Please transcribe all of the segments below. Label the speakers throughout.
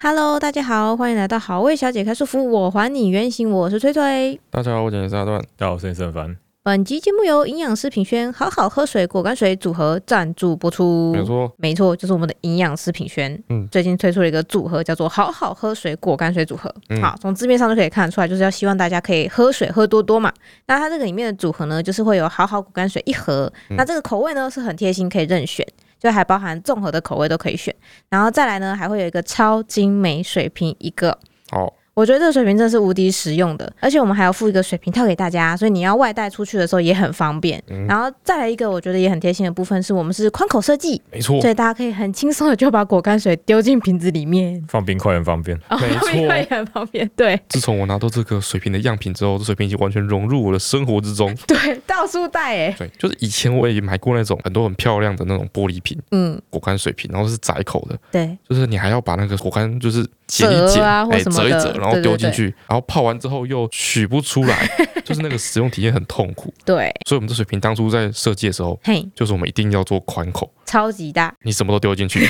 Speaker 1: Hello，大家好，欢迎来到好味小姐开束缚，我还你原形，我是崔崔。
Speaker 2: 大家好，我是阿段。
Speaker 3: 大家好，我是沈凡。
Speaker 1: 本集节目由营养师品轩好好喝水果干水组合赞助播出。
Speaker 2: 没错，
Speaker 1: 没错，就是我们的营养师品轩，嗯
Speaker 2: 嗯，
Speaker 1: 最近推出了一个组合，叫做“好好喝水果干水组合”
Speaker 2: 嗯
Speaker 1: 好，从字面上就可以看得出来，就是要希望大家可以喝水喝多多嘛。那它这个里面的组合呢，就是会有好好果干水一盒，
Speaker 2: 嗯
Speaker 1: 那这个口味呢是很贴心，可以任选。就还包含综合的口味都可以选，然后再来呢，还会有一个超精美水瓶一个，
Speaker 2: 好，
Speaker 1: 我觉得这个水瓶真的是无敌实用的，而且我们还要附一个水瓶套给大家，所以你要外带出去的时候也很方便。然后再来一个，我觉得也很贴心的部分是我们是宽口设计，
Speaker 2: 没错，
Speaker 1: 所以大家可以很轻松的就把果干水丢进瓶子里 面，哦
Speaker 3: 放冰块很方便，
Speaker 2: 没错
Speaker 1: 也很方便。对
Speaker 2: 自从我拿到这个水瓶的样品之后，这水瓶已经完全融入我的生活之中。
Speaker 1: 对，到处带哎、
Speaker 2: 对，就是以前我也买过那种很多很漂亮的那种玻璃瓶
Speaker 1: 嗯，
Speaker 2: 果干水瓶，然后是窄口的，
Speaker 1: 对，
Speaker 2: 就是你还要把那个果干就是剪一
Speaker 1: 折
Speaker 2: 剪，
Speaker 1: 啊或
Speaker 2: 哎、
Speaker 1: 什么
Speaker 2: 折
Speaker 1: 的
Speaker 2: 一折，然后
Speaker 1: 对对
Speaker 2: 丢进去，然后泡完之后又取不出来， 就是那个使用体验很痛苦。
Speaker 1: 嗯对，
Speaker 2: 所以我们这水瓶当初在设计的时候，
Speaker 1: 嘿，
Speaker 2: 就是我们一定要做宽口，
Speaker 1: 超级大，
Speaker 2: 你什么都丢 进去，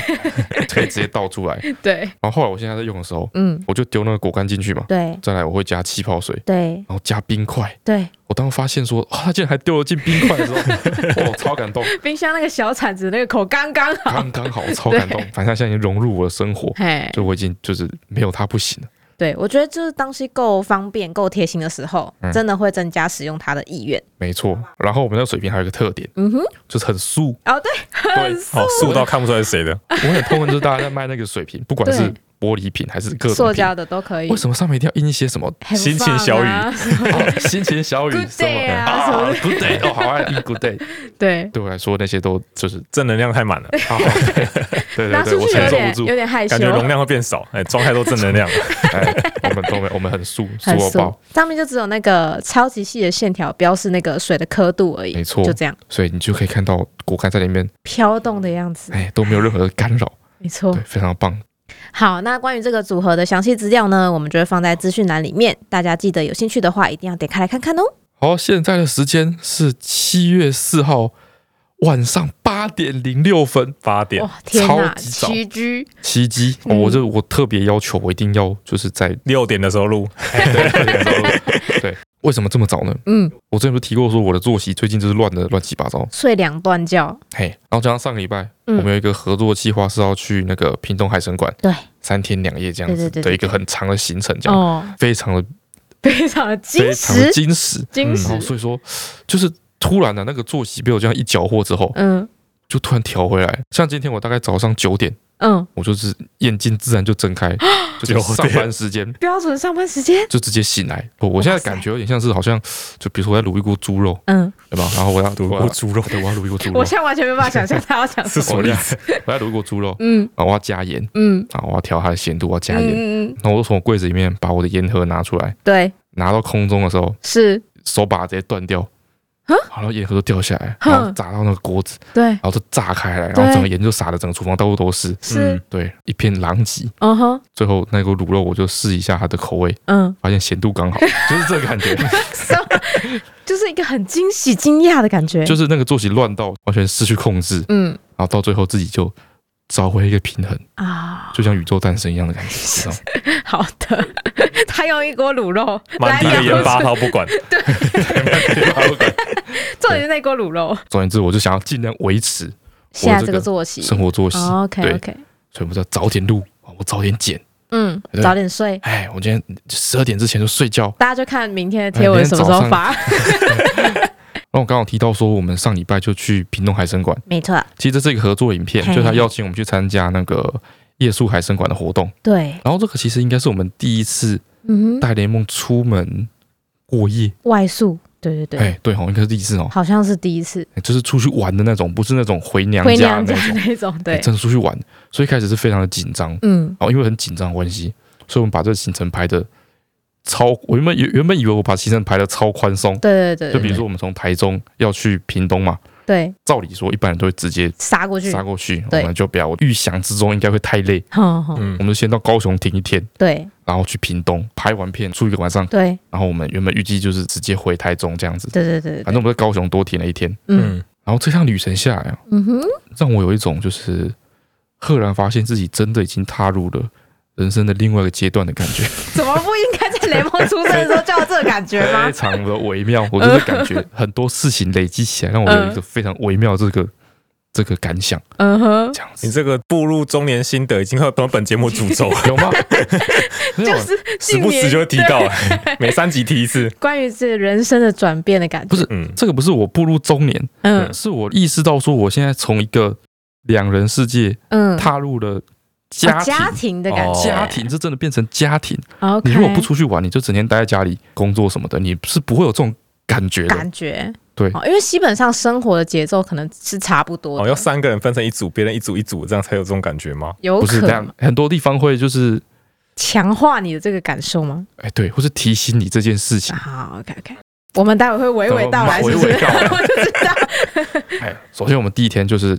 Speaker 2: 可以直接倒出来。
Speaker 1: 对，
Speaker 2: 然后后来我现在在用的时候，
Speaker 1: 嗯，
Speaker 2: 我就丢那个果干进去嘛，
Speaker 1: 对，
Speaker 2: 再来我会加气泡水，
Speaker 1: 对，
Speaker 2: 然后加冰块。
Speaker 1: 对，
Speaker 2: 我当时发现说， 啊，他竟然还丢了进冰块的时候， 哦，超感动，
Speaker 1: 冰箱那个小铲子那个口刚刚好，
Speaker 2: 刚刚好，超感动。反正他现在已经融入我的生活，
Speaker 1: 嘿，
Speaker 2: 所以我已经就是没有他不行了。
Speaker 1: 对，我觉得就是当西够方便、够贴心的时候，
Speaker 2: 嗯
Speaker 1: 真的会增加使用它的意愿。
Speaker 2: 没错，然后我们那个水瓶还有一个特点，
Speaker 1: 嗯哼，
Speaker 2: 就是很素。
Speaker 1: 哦对，
Speaker 2: 对，
Speaker 3: 好素到看不出来是谁的。
Speaker 2: 我很痛恨就是大家在卖那个水瓶，不管是
Speaker 1: 对
Speaker 2: 玻璃瓶还是各
Speaker 1: 塑
Speaker 2: 种瓶，
Speaker 1: 胶的都可以。
Speaker 2: 为什么上面一定要印一 些什么
Speaker 1: 很
Speaker 3: 心情
Speaker 1: 棒
Speaker 3: 小 雨
Speaker 1: 啊
Speaker 2: 哦心情小雨
Speaker 1: Good
Speaker 2: 什么
Speaker 1: day 啊什么
Speaker 2: ，Good day，哦，好爱印 Good day。
Speaker 1: 对，
Speaker 2: 对我来说，那些都就是
Speaker 3: 正能量太满了，
Speaker 2: 好，哦对 对
Speaker 1: 拿
Speaker 2: 对对，
Speaker 1: 出
Speaker 2: 我
Speaker 1: 去有
Speaker 2: 承受不
Speaker 1: 点
Speaker 2: 住
Speaker 1: 有。点害羞
Speaker 3: 感，觉容量会变少，哎，装太多正 能量了。
Speaker 2: 哎，我们都没，我们很素，素
Speaker 1: 很
Speaker 2: 到爆。
Speaker 1: 素。上面就只有那个超级细的线条标示那个水的刻度而已，
Speaker 2: 没错
Speaker 1: 就这样
Speaker 2: 所以你就可以看到果干在里面，
Speaker 1: 飘动的样子，
Speaker 2: 哎，都没有任何的干扰，
Speaker 1: 没错
Speaker 2: 对，。非常棒。
Speaker 1: 好，那关于这个组合的详细资料呢，我们就会放在资讯栏里面，大家记得有兴趣的话一定要点开来看看哦。
Speaker 2: 好，现在的时间是七月四号晚上八点零六分，
Speaker 3: 八点
Speaker 1: 哇，天哪，
Speaker 2: 哎超级早
Speaker 1: 奇居
Speaker 2: 奇迹！哦
Speaker 1: 嗯
Speaker 2: 我这我特别要求，我一定要就是在
Speaker 3: 六点的时候录，
Speaker 2: 哎对特别 早对，为什么这么早呢？
Speaker 1: 嗯，
Speaker 2: 我之前不是提过说我的作息最近就是乱的乱七八糟，
Speaker 1: 睡两段觉，
Speaker 2: 嘿，然后加上上个礼拜我
Speaker 1: 嗯
Speaker 2: 们有一个合作计划是要去那个屏东海神馆
Speaker 1: 对
Speaker 2: 三天两夜这样子
Speaker 1: 对对对
Speaker 2: 的
Speaker 1: 对
Speaker 2: 一个很长的行程，这样
Speaker 1: 哦，
Speaker 2: 非常的
Speaker 1: 非常嗯的
Speaker 2: 非
Speaker 1: 矜
Speaker 2: 常
Speaker 1: 持，
Speaker 2: 的惊喜。
Speaker 1: 矜
Speaker 2: 然后
Speaker 1: 持，
Speaker 2: 所以说，就是突然的、啊那个作息被我这样一搅和之后，
Speaker 1: 嗯
Speaker 2: 就突然调回来。像今天我大概早上九点，
Speaker 1: 嗯，
Speaker 2: 我就是眼睛自然就 睁开，就是
Speaker 3: 9
Speaker 2: 上
Speaker 3: 点
Speaker 2: 班时间
Speaker 1: 标准上班时间，
Speaker 2: 就直接醒来。我我现在感觉有点像是好像，就比如说我在卤一锅猪肉，
Speaker 1: 嗯，
Speaker 2: 对吧？然后我要
Speaker 3: 卤
Speaker 2: 我要
Speaker 3: 过猪肉
Speaker 2: 对，我要卤一锅猪肉
Speaker 1: 我，现在完全没办法想象他要讲什
Speaker 3: 是
Speaker 1: 么，
Speaker 3: 什么意思？
Speaker 2: 我要卤一锅猪肉，
Speaker 1: 嗯
Speaker 2: 然后我要加盐，
Speaker 1: 嗯
Speaker 2: 然后我要调它的咸度，我要加盐。
Speaker 1: 嗯嗯，
Speaker 2: 然后我就从我柜子里面把我的烟盒拿出来，
Speaker 1: 对，
Speaker 2: 拿到空中的时候，
Speaker 1: 是，
Speaker 2: 手把直接断掉，
Speaker 1: 啊
Speaker 2: 然后烟盒都掉下来，
Speaker 1: 哼
Speaker 2: 然后砸到那个锅子，
Speaker 1: 对，
Speaker 2: 然后就炸开来，然
Speaker 1: 对
Speaker 2: 后整个盐就洒的整个厨房到处都是，
Speaker 1: 是，
Speaker 2: 对，一片狼藉。
Speaker 1: 嗯哼，
Speaker 2: 最后那个卤肉我就试一下它的口味，
Speaker 1: 嗯，
Speaker 2: 发现咸度刚 好，就是这个感觉，
Speaker 1: 就是一个很惊喜、惊讶的感觉，
Speaker 2: 就是那个作息乱到完全失去控制，
Speaker 1: 嗯
Speaker 2: 然后到最后自己就找回一个平衡，
Speaker 1: 啊，
Speaker 2: 就像宇宙诞生一样的感 觉，你知道吗
Speaker 1: 好的， 他用一锅卤肉
Speaker 3: 满地的盐巴
Speaker 1: 来描述，
Speaker 3: 他不管，
Speaker 1: 重点是那锅卤肉
Speaker 2: 总而言之，我就想要尽量维持
Speaker 1: 现在
Speaker 2: 这
Speaker 1: 这
Speaker 2: 个
Speaker 1: 个作息哦
Speaker 2: 生活作息，
Speaker 1: ，OK
Speaker 2: 对
Speaker 1: OK，
Speaker 2: 所以我就要早点录，我早点剪，
Speaker 1: 嗯，
Speaker 2: 对
Speaker 1: 早点睡。
Speaker 2: 哎，我今天十二点之前就睡觉。
Speaker 1: 大家就看明天的贴文什么时
Speaker 2: 哎
Speaker 1: 候发，
Speaker 2: 然后我刚好提到说，我们上礼拜就去屏东海参馆，
Speaker 1: 没错，
Speaker 2: 其实这是一个合作影片，
Speaker 1: 嘿
Speaker 2: 就他邀请我们去参加那个夜宿海参馆的活动。
Speaker 1: 对，
Speaker 2: 然后这个其实应该是我们第一次
Speaker 1: 嗯哼，
Speaker 2: 带联盟出门过夜，
Speaker 1: 外宿，对对对，
Speaker 2: 哎，对哦，应该是第一次哦，
Speaker 1: 好像是第一次
Speaker 2: 就是出去玩的那种，不是那种回娘
Speaker 1: 回
Speaker 2: 家
Speaker 1: 娘
Speaker 2: 的
Speaker 1: 家
Speaker 2: 那种，
Speaker 1: 那种，
Speaker 2: 哎
Speaker 1: 对，
Speaker 2: 真的出去玩，所以一开始是非常的紧张，然
Speaker 1: 嗯，
Speaker 2: 后因为很紧张的关系，所以我们把这个行程排的超，我原本原原本以为我把行程排的超宽松，
Speaker 1: 对对对，
Speaker 2: 就比如说我们从台中要去屏东嘛，
Speaker 1: 对
Speaker 2: 照理说一般人都会直接
Speaker 1: 杀过去，
Speaker 2: 杀过去，我
Speaker 1: 对
Speaker 2: 们就不要，我预想之中应该会太累，
Speaker 1: 哼哼，
Speaker 3: 嗯
Speaker 2: 我，们就先到高雄停一天，
Speaker 1: 对
Speaker 2: 然后去屏东拍完片住一个晚上，
Speaker 1: 对
Speaker 2: 然后我们原本预计就是直接回台中这样子，
Speaker 1: 对对对对
Speaker 2: 反正我们在高雄多停了一天，
Speaker 1: 嗯
Speaker 3: 嗯，
Speaker 2: 然然后这趟旅程下来啊，
Speaker 1: 嗯哼，
Speaker 2: 让我有一种就是赫然发现自己真的已经踏入了人生的另外一个阶段的感 觉，
Speaker 1: 怎么不应该在雷蒙出生的时候就有这个感觉吗
Speaker 2: 非？常的微妙。我就是感觉很多事情累积起来，让我有一个非常微妙的这个 这个感想，
Speaker 1: 嗯哼，
Speaker 2: 这样子
Speaker 3: 你这个步入中年心得已经和本本节目主 轴
Speaker 2: 有吗？没有
Speaker 1: 就
Speaker 2: 啊，
Speaker 1: 是
Speaker 3: 时不时就会提到，哎每三集提 一次。
Speaker 1: 关于这人生的转变的感觉。
Speaker 2: 不是
Speaker 3: 嗯，
Speaker 2: 这个不是我步入中年，
Speaker 1: 嗯
Speaker 2: 是我意识到说我现在从一个两人世界
Speaker 1: 嗯，
Speaker 2: 踏入了
Speaker 1: 啊
Speaker 2: 呃家庭。
Speaker 1: 家庭哦的感觉，
Speaker 3: 哦
Speaker 2: 家庭这真的变成家庭，
Speaker 1: o k
Speaker 2: 你如果不出去玩，你就整天待在家里工作什么的，你是不会有这种感觉的。
Speaker 1: 感觉，
Speaker 2: 对
Speaker 1: 哦，因为基本上生活的节奏可能是差不多
Speaker 3: 哦，
Speaker 1: 的，
Speaker 3: 要三个人分成一组，别人一组一组，这样才有这种感觉吗？
Speaker 1: 有
Speaker 2: 不是
Speaker 1: 可
Speaker 2: 这
Speaker 1: 能
Speaker 2: 样，很多地方会就是，
Speaker 1: 强化你的这个感受吗？啊
Speaker 2: 哎，对，或是提醒你这件事情。
Speaker 1: 好，OK OK，我们待会会娓娓道来，是
Speaker 2: 娓
Speaker 1: 不是？
Speaker 2: 娓道来
Speaker 1: 我就知道，
Speaker 2: 哎，首先我们第一天就是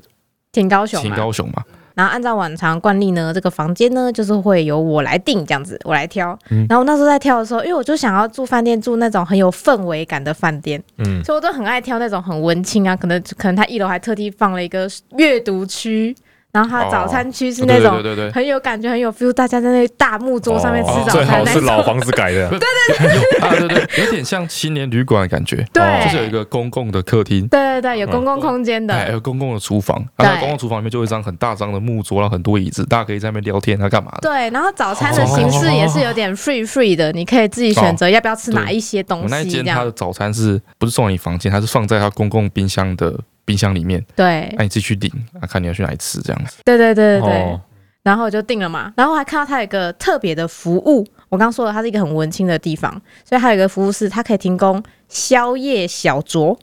Speaker 1: 挺高雄啊
Speaker 2: 请
Speaker 1: 嘛。
Speaker 2: 高雄嘛，
Speaker 1: 然后按照往常惯例呢，这个房间呢就是会由我来定，这样子我来挑。
Speaker 2: 嗯
Speaker 1: 然后那时候在挑的时候，因为我就想要住饭店，住那种很有氛围感的饭店，
Speaker 3: 嗯，
Speaker 1: 所以我都很爱挑那种很文青啊，可能可能他一楼还特地放了一个阅读区，然后他的早餐区是那
Speaker 2: 对哦对
Speaker 1: 种
Speaker 2: 对对对，
Speaker 1: 很有感觉、很有 feel，大家在那大木桌上面吃
Speaker 3: 哦
Speaker 1: 早
Speaker 3: 最
Speaker 1: 餐
Speaker 3: 好
Speaker 1: 那
Speaker 3: 是
Speaker 1: 种。
Speaker 3: 老房子改的。
Speaker 2: 有啊对对，有点像青年旅馆的感觉，
Speaker 1: 对
Speaker 2: 就是有一个公共的客厅。
Speaker 1: 对对对，有公共空间的，
Speaker 2: 哎，还有公共的厨房，然后那公共厨房里面就有一张很大张的木桌，然后很多椅子，大家可以在那边聊天，啊，干嘛的？
Speaker 1: 对。然后早餐的形式也是有点 free free 的，你可以自己选择要不要吃哪一些
Speaker 2: 哦我
Speaker 1: 东
Speaker 2: 们那一
Speaker 1: 西
Speaker 2: 间
Speaker 1: 这
Speaker 2: 他
Speaker 1: 样
Speaker 2: 的。早餐是不是送到你房间？它是放在他公共冰箱的冰箱里面，
Speaker 1: 对
Speaker 2: 那你自己去领，啊，看你要去哪里吃这样子。
Speaker 1: 对对 对对对
Speaker 3: 哦。，
Speaker 1: 然后我就定了嘛，然后我还看到它有一个特别的服务，我刚说了，它是一个很文青的地方，所以它有一个服务是它可以提供宵夜小酌，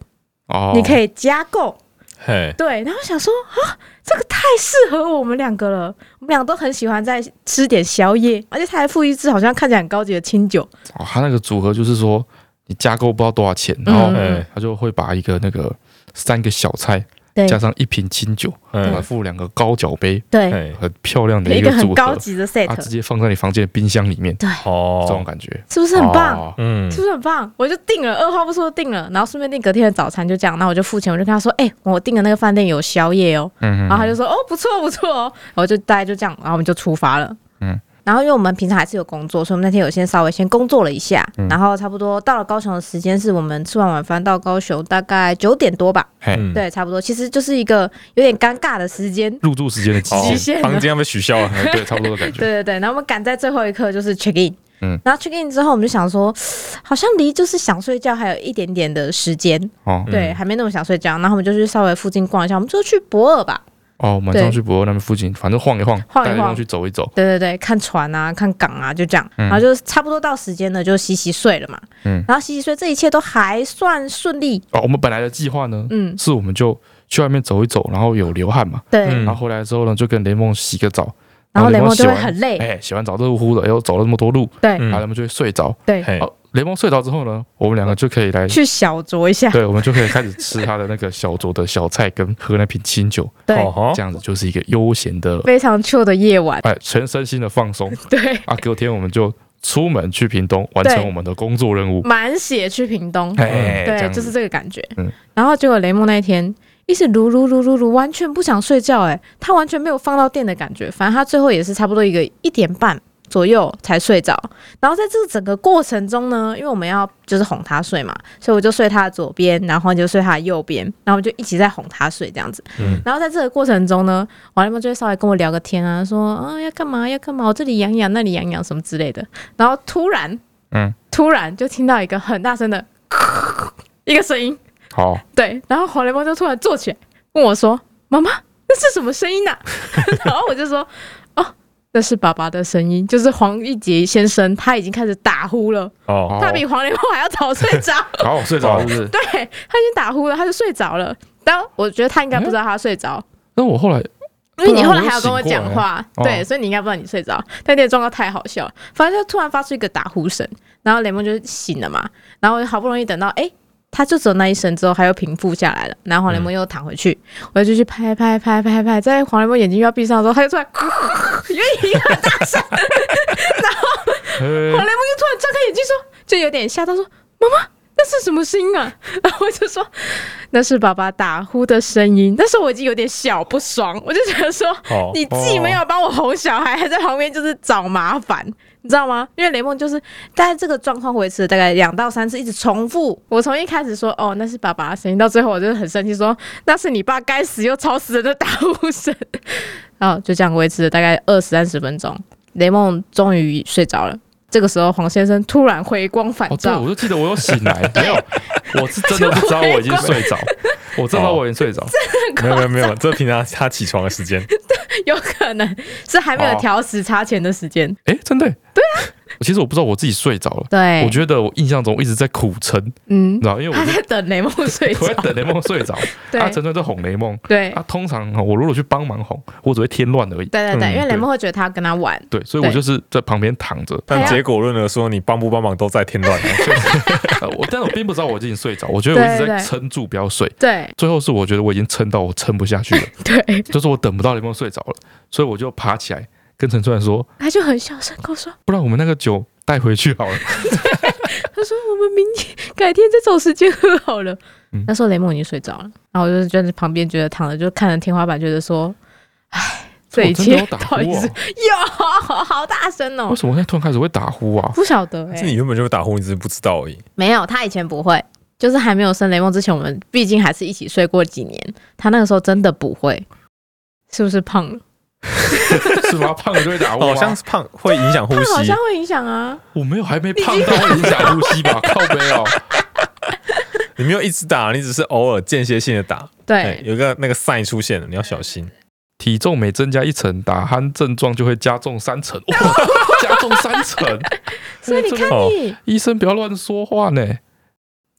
Speaker 2: 哦，
Speaker 1: 你可以加购。
Speaker 3: 嘿，
Speaker 1: 对，然后想说啊，这个太适合我们两个了，我们俩都很喜欢在吃点宵夜，而且它还附一支好像看起来很高级的清酒，
Speaker 2: 哦，他那个组合就是说，你加购不知道多少钱，
Speaker 1: 嗯
Speaker 2: 然后
Speaker 3: 嗯
Speaker 2: 他就会把一个那个三个小菜
Speaker 1: 对
Speaker 2: 加上一瓶清酒，
Speaker 3: 嗯
Speaker 2: 还，附两个高脚杯，
Speaker 1: 对，
Speaker 3: 嘿，
Speaker 2: 很漂亮哎的
Speaker 1: 一
Speaker 2: 一
Speaker 1: 个
Speaker 2: 个
Speaker 1: 很
Speaker 2: 组
Speaker 1: 高
Speaker 2: 合，啊
Speaker 1: 级的 set，、
Speaker 2: 他直接放在你房间的冰箱里面，
Speaker 1: 对，
Speaker 2: 这种
Speaker 3: 哦，
Speaker 2: 感觉
Speaker 1: 是不是很棒？
Speaker 2: 哦
Speaker 3: 嗯
Speaker 1: 是不是很棒？我就定了，二话不说定了，然后顺便订隔天的早餐，就这样。那我就付钱，我就跟他说：“哎、我订的那个饭店有宵夜哦。”
Speaker 2: 嗯
Speaker 1: 然后他就说：“哦，不错不错哦。”然后就大概就这样，然后我们就出发了。嗯
Speaker 2: 嗯，
Speaker 1: 然后因为我们平常还是有工作，所以我们那天有先稍微先工作了一下，
Speaker 2: 嗯
Speaker 1: 然后差不多到了高雄的时间是我们吃完晚饭到高雄大概九点多吧，
Speaker 2: 嘿，
Speaker 3: 嗯，
Speaker 1: 对，差不多，其实就是一个有点尴尬的时间。
Speaker 2: 入住时间的极
Speaker 3: 哦
Speaker 1: 极
Speaker 2: 限，
Speaker 1: 限了
Speaker 3: 房间要被取消了。
Speaker 1: 哦
Speaker 2: 哎对，差不多的感觉。
Speaker 1: 对对对，然后我们赶在最后一刻就是 check in，嗯
Speaker 2: 嗯，
Speaker 1: 然后 check in 之后我们就想说，好像离就是想睡觉还有一点点的时间，
Speaker 2: 哦
Speaker 1: 对，还没那么想睡觉，然后我们就去稍微附近逛一下，我们就去博尔吧，
Speaker 2: 哦，晚上去博尔那边附近，反正晃一晃，
Speaker 1: 晃一
Speaker 2: 带着
Speaker 1: 晃
Speaker 2: 去走一走。
Speaker 1: 对对对，看船啊，看港啊，就这样，然后就差不多到时间了，就洗洗睡了嘛，
Speaker 2: 嗯
Speaker 1: 然后洗洗睡，这一切都还算顺利，
Speaker 2: 哦，我们本来的计划呢，
Speaker 1: 嗯，
Speaker 2: 是我们就去外面走一走，然后有流汗嘛，
Speaker 1: 对，
Speaker 3: 嗯
Speaker 2: 然后回来之后呢，就跟雷梦洗个澡，
Speaker 1: 然后雷蒙就
Speaker 2: 洗
Speaker 1: 会
Speaker 2: 完
Speaker 1: 很累，
Speaker 2: 哎，洗完澡热乎乎的，哎呦，走了那么多路，
Speaker 1: 对、
Speaker 3: 嗯
Speaker 2: 然后他们就会睡着。
Speaker 1: 对，
Speaker 3: 嘿，
Speaker 2: 好，雷蒙睡着之后呢，我们两个就可以来，
Speaker 1: 哎去小酌一下，
Speaker 2: 对，我们就可以开始吃他的那个小酌的小菜，跟喝那瓶清酒，
Speaker 1: 对，
Speaker 3: 哦吼
Speaker 2: 这样子就是一个悠闲的，
Speaker 1: 非常 chill 的夜晚，
Speaker 2: 哎，全身心的 放松
Speaker 1: 对，
Speaker 2: 啊。隔天我们就出门去屏东，完成我们的工作任务。
Speaker 1: 满血去屏东，
Speaker 2: 哎，这
Speaker 1: 嗯对，
Speaker 2: 样
Speaker 1: 就
Speaker 2: 子
Speaker 1: 是这个感觉。
Speaker 2: 嗯
Speaker 1: 然后结果雷蒙那一天一直噜噜噜噜噜，完全不想睡觉、欸，他完全没有放到电的感觉。反正他最后也是差不多一个一点半左右才睡着。然后在这个整个过程中呢，因为我们要就是哄他睡嘛，所以我就睡他的左边，然后就睡他的右边，然后我们就一起在哄他睡这样子。
Speaker 3: 嗯
Speaker 1: 然后在这个过程中呢，王雷蒙就会稍微跟我聊个天啊，说啊要干嘛要干嘛，我这里痒痒，那里痒痒什么之类的。然后突然，
Speaker 2: 嗯，
Speaker 1: 突然就听到一个很大声的 一个声音。
Speaker 2: 好，
Speaker 1: 对，然后黄雷梦就突然坐起来问我说：“妈妈，那是什么声音呐、 然后我就说：“哦，那是爸爸的声音，就是黄义杰先生，他已经开始打呼了，
Speaker 3: 哦，
Speaker 1: 他比黄雷梦还要早睡着。
Speaker 2: 好 睡着了是不是？
Speaker 1: 对他已经打呼了，他就睡着了。但我觉得他应该不知道他睡着，
Speaker 2: 那我后来
Speaker 1: 因为你后来还要跟我讲话，
Speaker 2: 对啊我醒过来
Speaker 1: 对，
Speaker 2: 哦
Speaker 1: 所以你应该不知道你睡着。但那个状况太好笑了，反正就突然发出一个打呼声，然后雷蒙就醒了嘛，然后好不容易等到哎。诶他就只有那一声之后，他又平复下来了。然后黄雷
Speaker 2: 嗯
Speaker 1: 蒙又躺回去，我就继续拍拍拍拍拍，在黄雷蒙眼睛又要闭上的时候，他就突然有点很大声，
Speaker 2: 呃
Speaker 1: 黄雷蒙就突然睁开眼睛说，就有点吓到说：“妈妈，那是什么心啊？ 然后我就说那是爸爸打呼的声音。那时候我已经有点小不爽，我就觉得说
Speaker 3: 哦，
Speaker 1: 你自己没有帮我哄小孩，还在旁边就是找麻烦，你知道吗？因为雷梦就是在这个状况维持了大概两到三次，一直重复。我从一开始说哦那是爸爸的声音，到最后我就是很生气说那是你爸该死又吵死人的打呼声，然后就这样维持了大概二十三十分钟， 雷梦终于睡着了。这个时候，黄先生突然回光返
Speaker 2: 哦，对，
Speaker 1: 照，
Speaker 2: 我就记得我有 醒来，没有，我是真的不知道我已经睡着，我真的不知道我已经睡着，
Speaker 3: 没有没有没有，这平常他起床的时间，
Speaker 1: 有可能是还没有调时差前的时间。
Speaker 2: 哎，真的，对啊，其实我不知道我自己睡着了，
Speaker 1: 对，
Speaker 2: 我觉得我印象中一直在苦撑，
Speaker 1: 嗯
Speaker 2: 你，知道，因为
Speaker 1: 哎他
Speaker 2: 我是
Speaker 1: 在等雷梦睡着
Speaker 2: 我在。等雷梦睡着，
Speaker 1: 对
Speaker 2: 啊，陈川在哄雷梦，
Speaker 1: 对
Speaker 2: 啊，通常我如果去帮忙哄，我只会添乱而已，
Speaker 1: 对对对，
Speaker 3: 嗯
Speaker 1: 因为雷
Speaker 2: 对
Speaker 1: 梦会觉得他要跟他玩，
Speaker 2: 对，所以我
Speaker 1: 对
Speaker 2: 就是在旁边 躺着，
Speaker 3: 但结果论而说，你帮不帮忙都在添乱。
Speaker 2: 呃我但我并不知道我已经睡着，我觉得我一直
Speaker 1: 对
Speaker 2: 在
Speaker 1: 对
Speaker 2: 撑住不要睡，
Speaker 1: 对
Speaker 2: 最后是我觉得我已经撑到我撑不下 去了，
Speaker 1: 对，
Speaker 2: 就是我等不到雷梦睡着了，所以我就爬起来跟陈川说，
Speaker 1: 他就很小声跟我说，
Speaker 2: 不然我们那个酒带回去好了。
Speaker 1: 他说我们明天改天再找时间喝好了
Speaker 2: 嗯。
Speaker 1: 那时候雷梦已经睡着了，然后我就是就在旁边觉得躺着就看着天花板，觉得说，唉，这一
Speaker 2: 我哦真的
Speaker 1: 切
Speaker 2: 有打
Speaker 1: 到底
Speaker 2: 呼、
Speaker 1: 是
Speaker 2: 啊？
Speaker 1: 有 好大声哦
Speaker 2: 为，什么我现在突然开始会打呼啊？
Speaker 1: 不晓得哎、
Speaker 3: 是你原本就会打呼，你只是不知道而已。
Speaker 1: 没有，他以前不会，就是还没有生雷梦之前，我们毕竟还是一起睡过几年，他那个时候真的不会，是不是胖了？
Speaker 2: 是吗？胖了就会打呼、啊？
Speaker 3: 好像是胖会影响呼
Speaker 1: 胖好
Speaker 3: 吸
Speaker 1: 像，会影响啊，
Speaker 2: 我没有，还没胖到会影响呼吸吧？靠背哦，
Speaker 3: 你没有一直打，你只是偶尔间歇性的打。哎
Speaker 1: 对，
Speaker 3: 有一个那个 sign 出现了，你要小心。
Speaker 2: 体重每增加一层，打鼾症状就会加重三成，哇，加重三成。
Speaker 1: 所以你看
Speaker 3: 这个哦
Speaker 1: 你。
Speaker 2: 医生不要乱说话呢。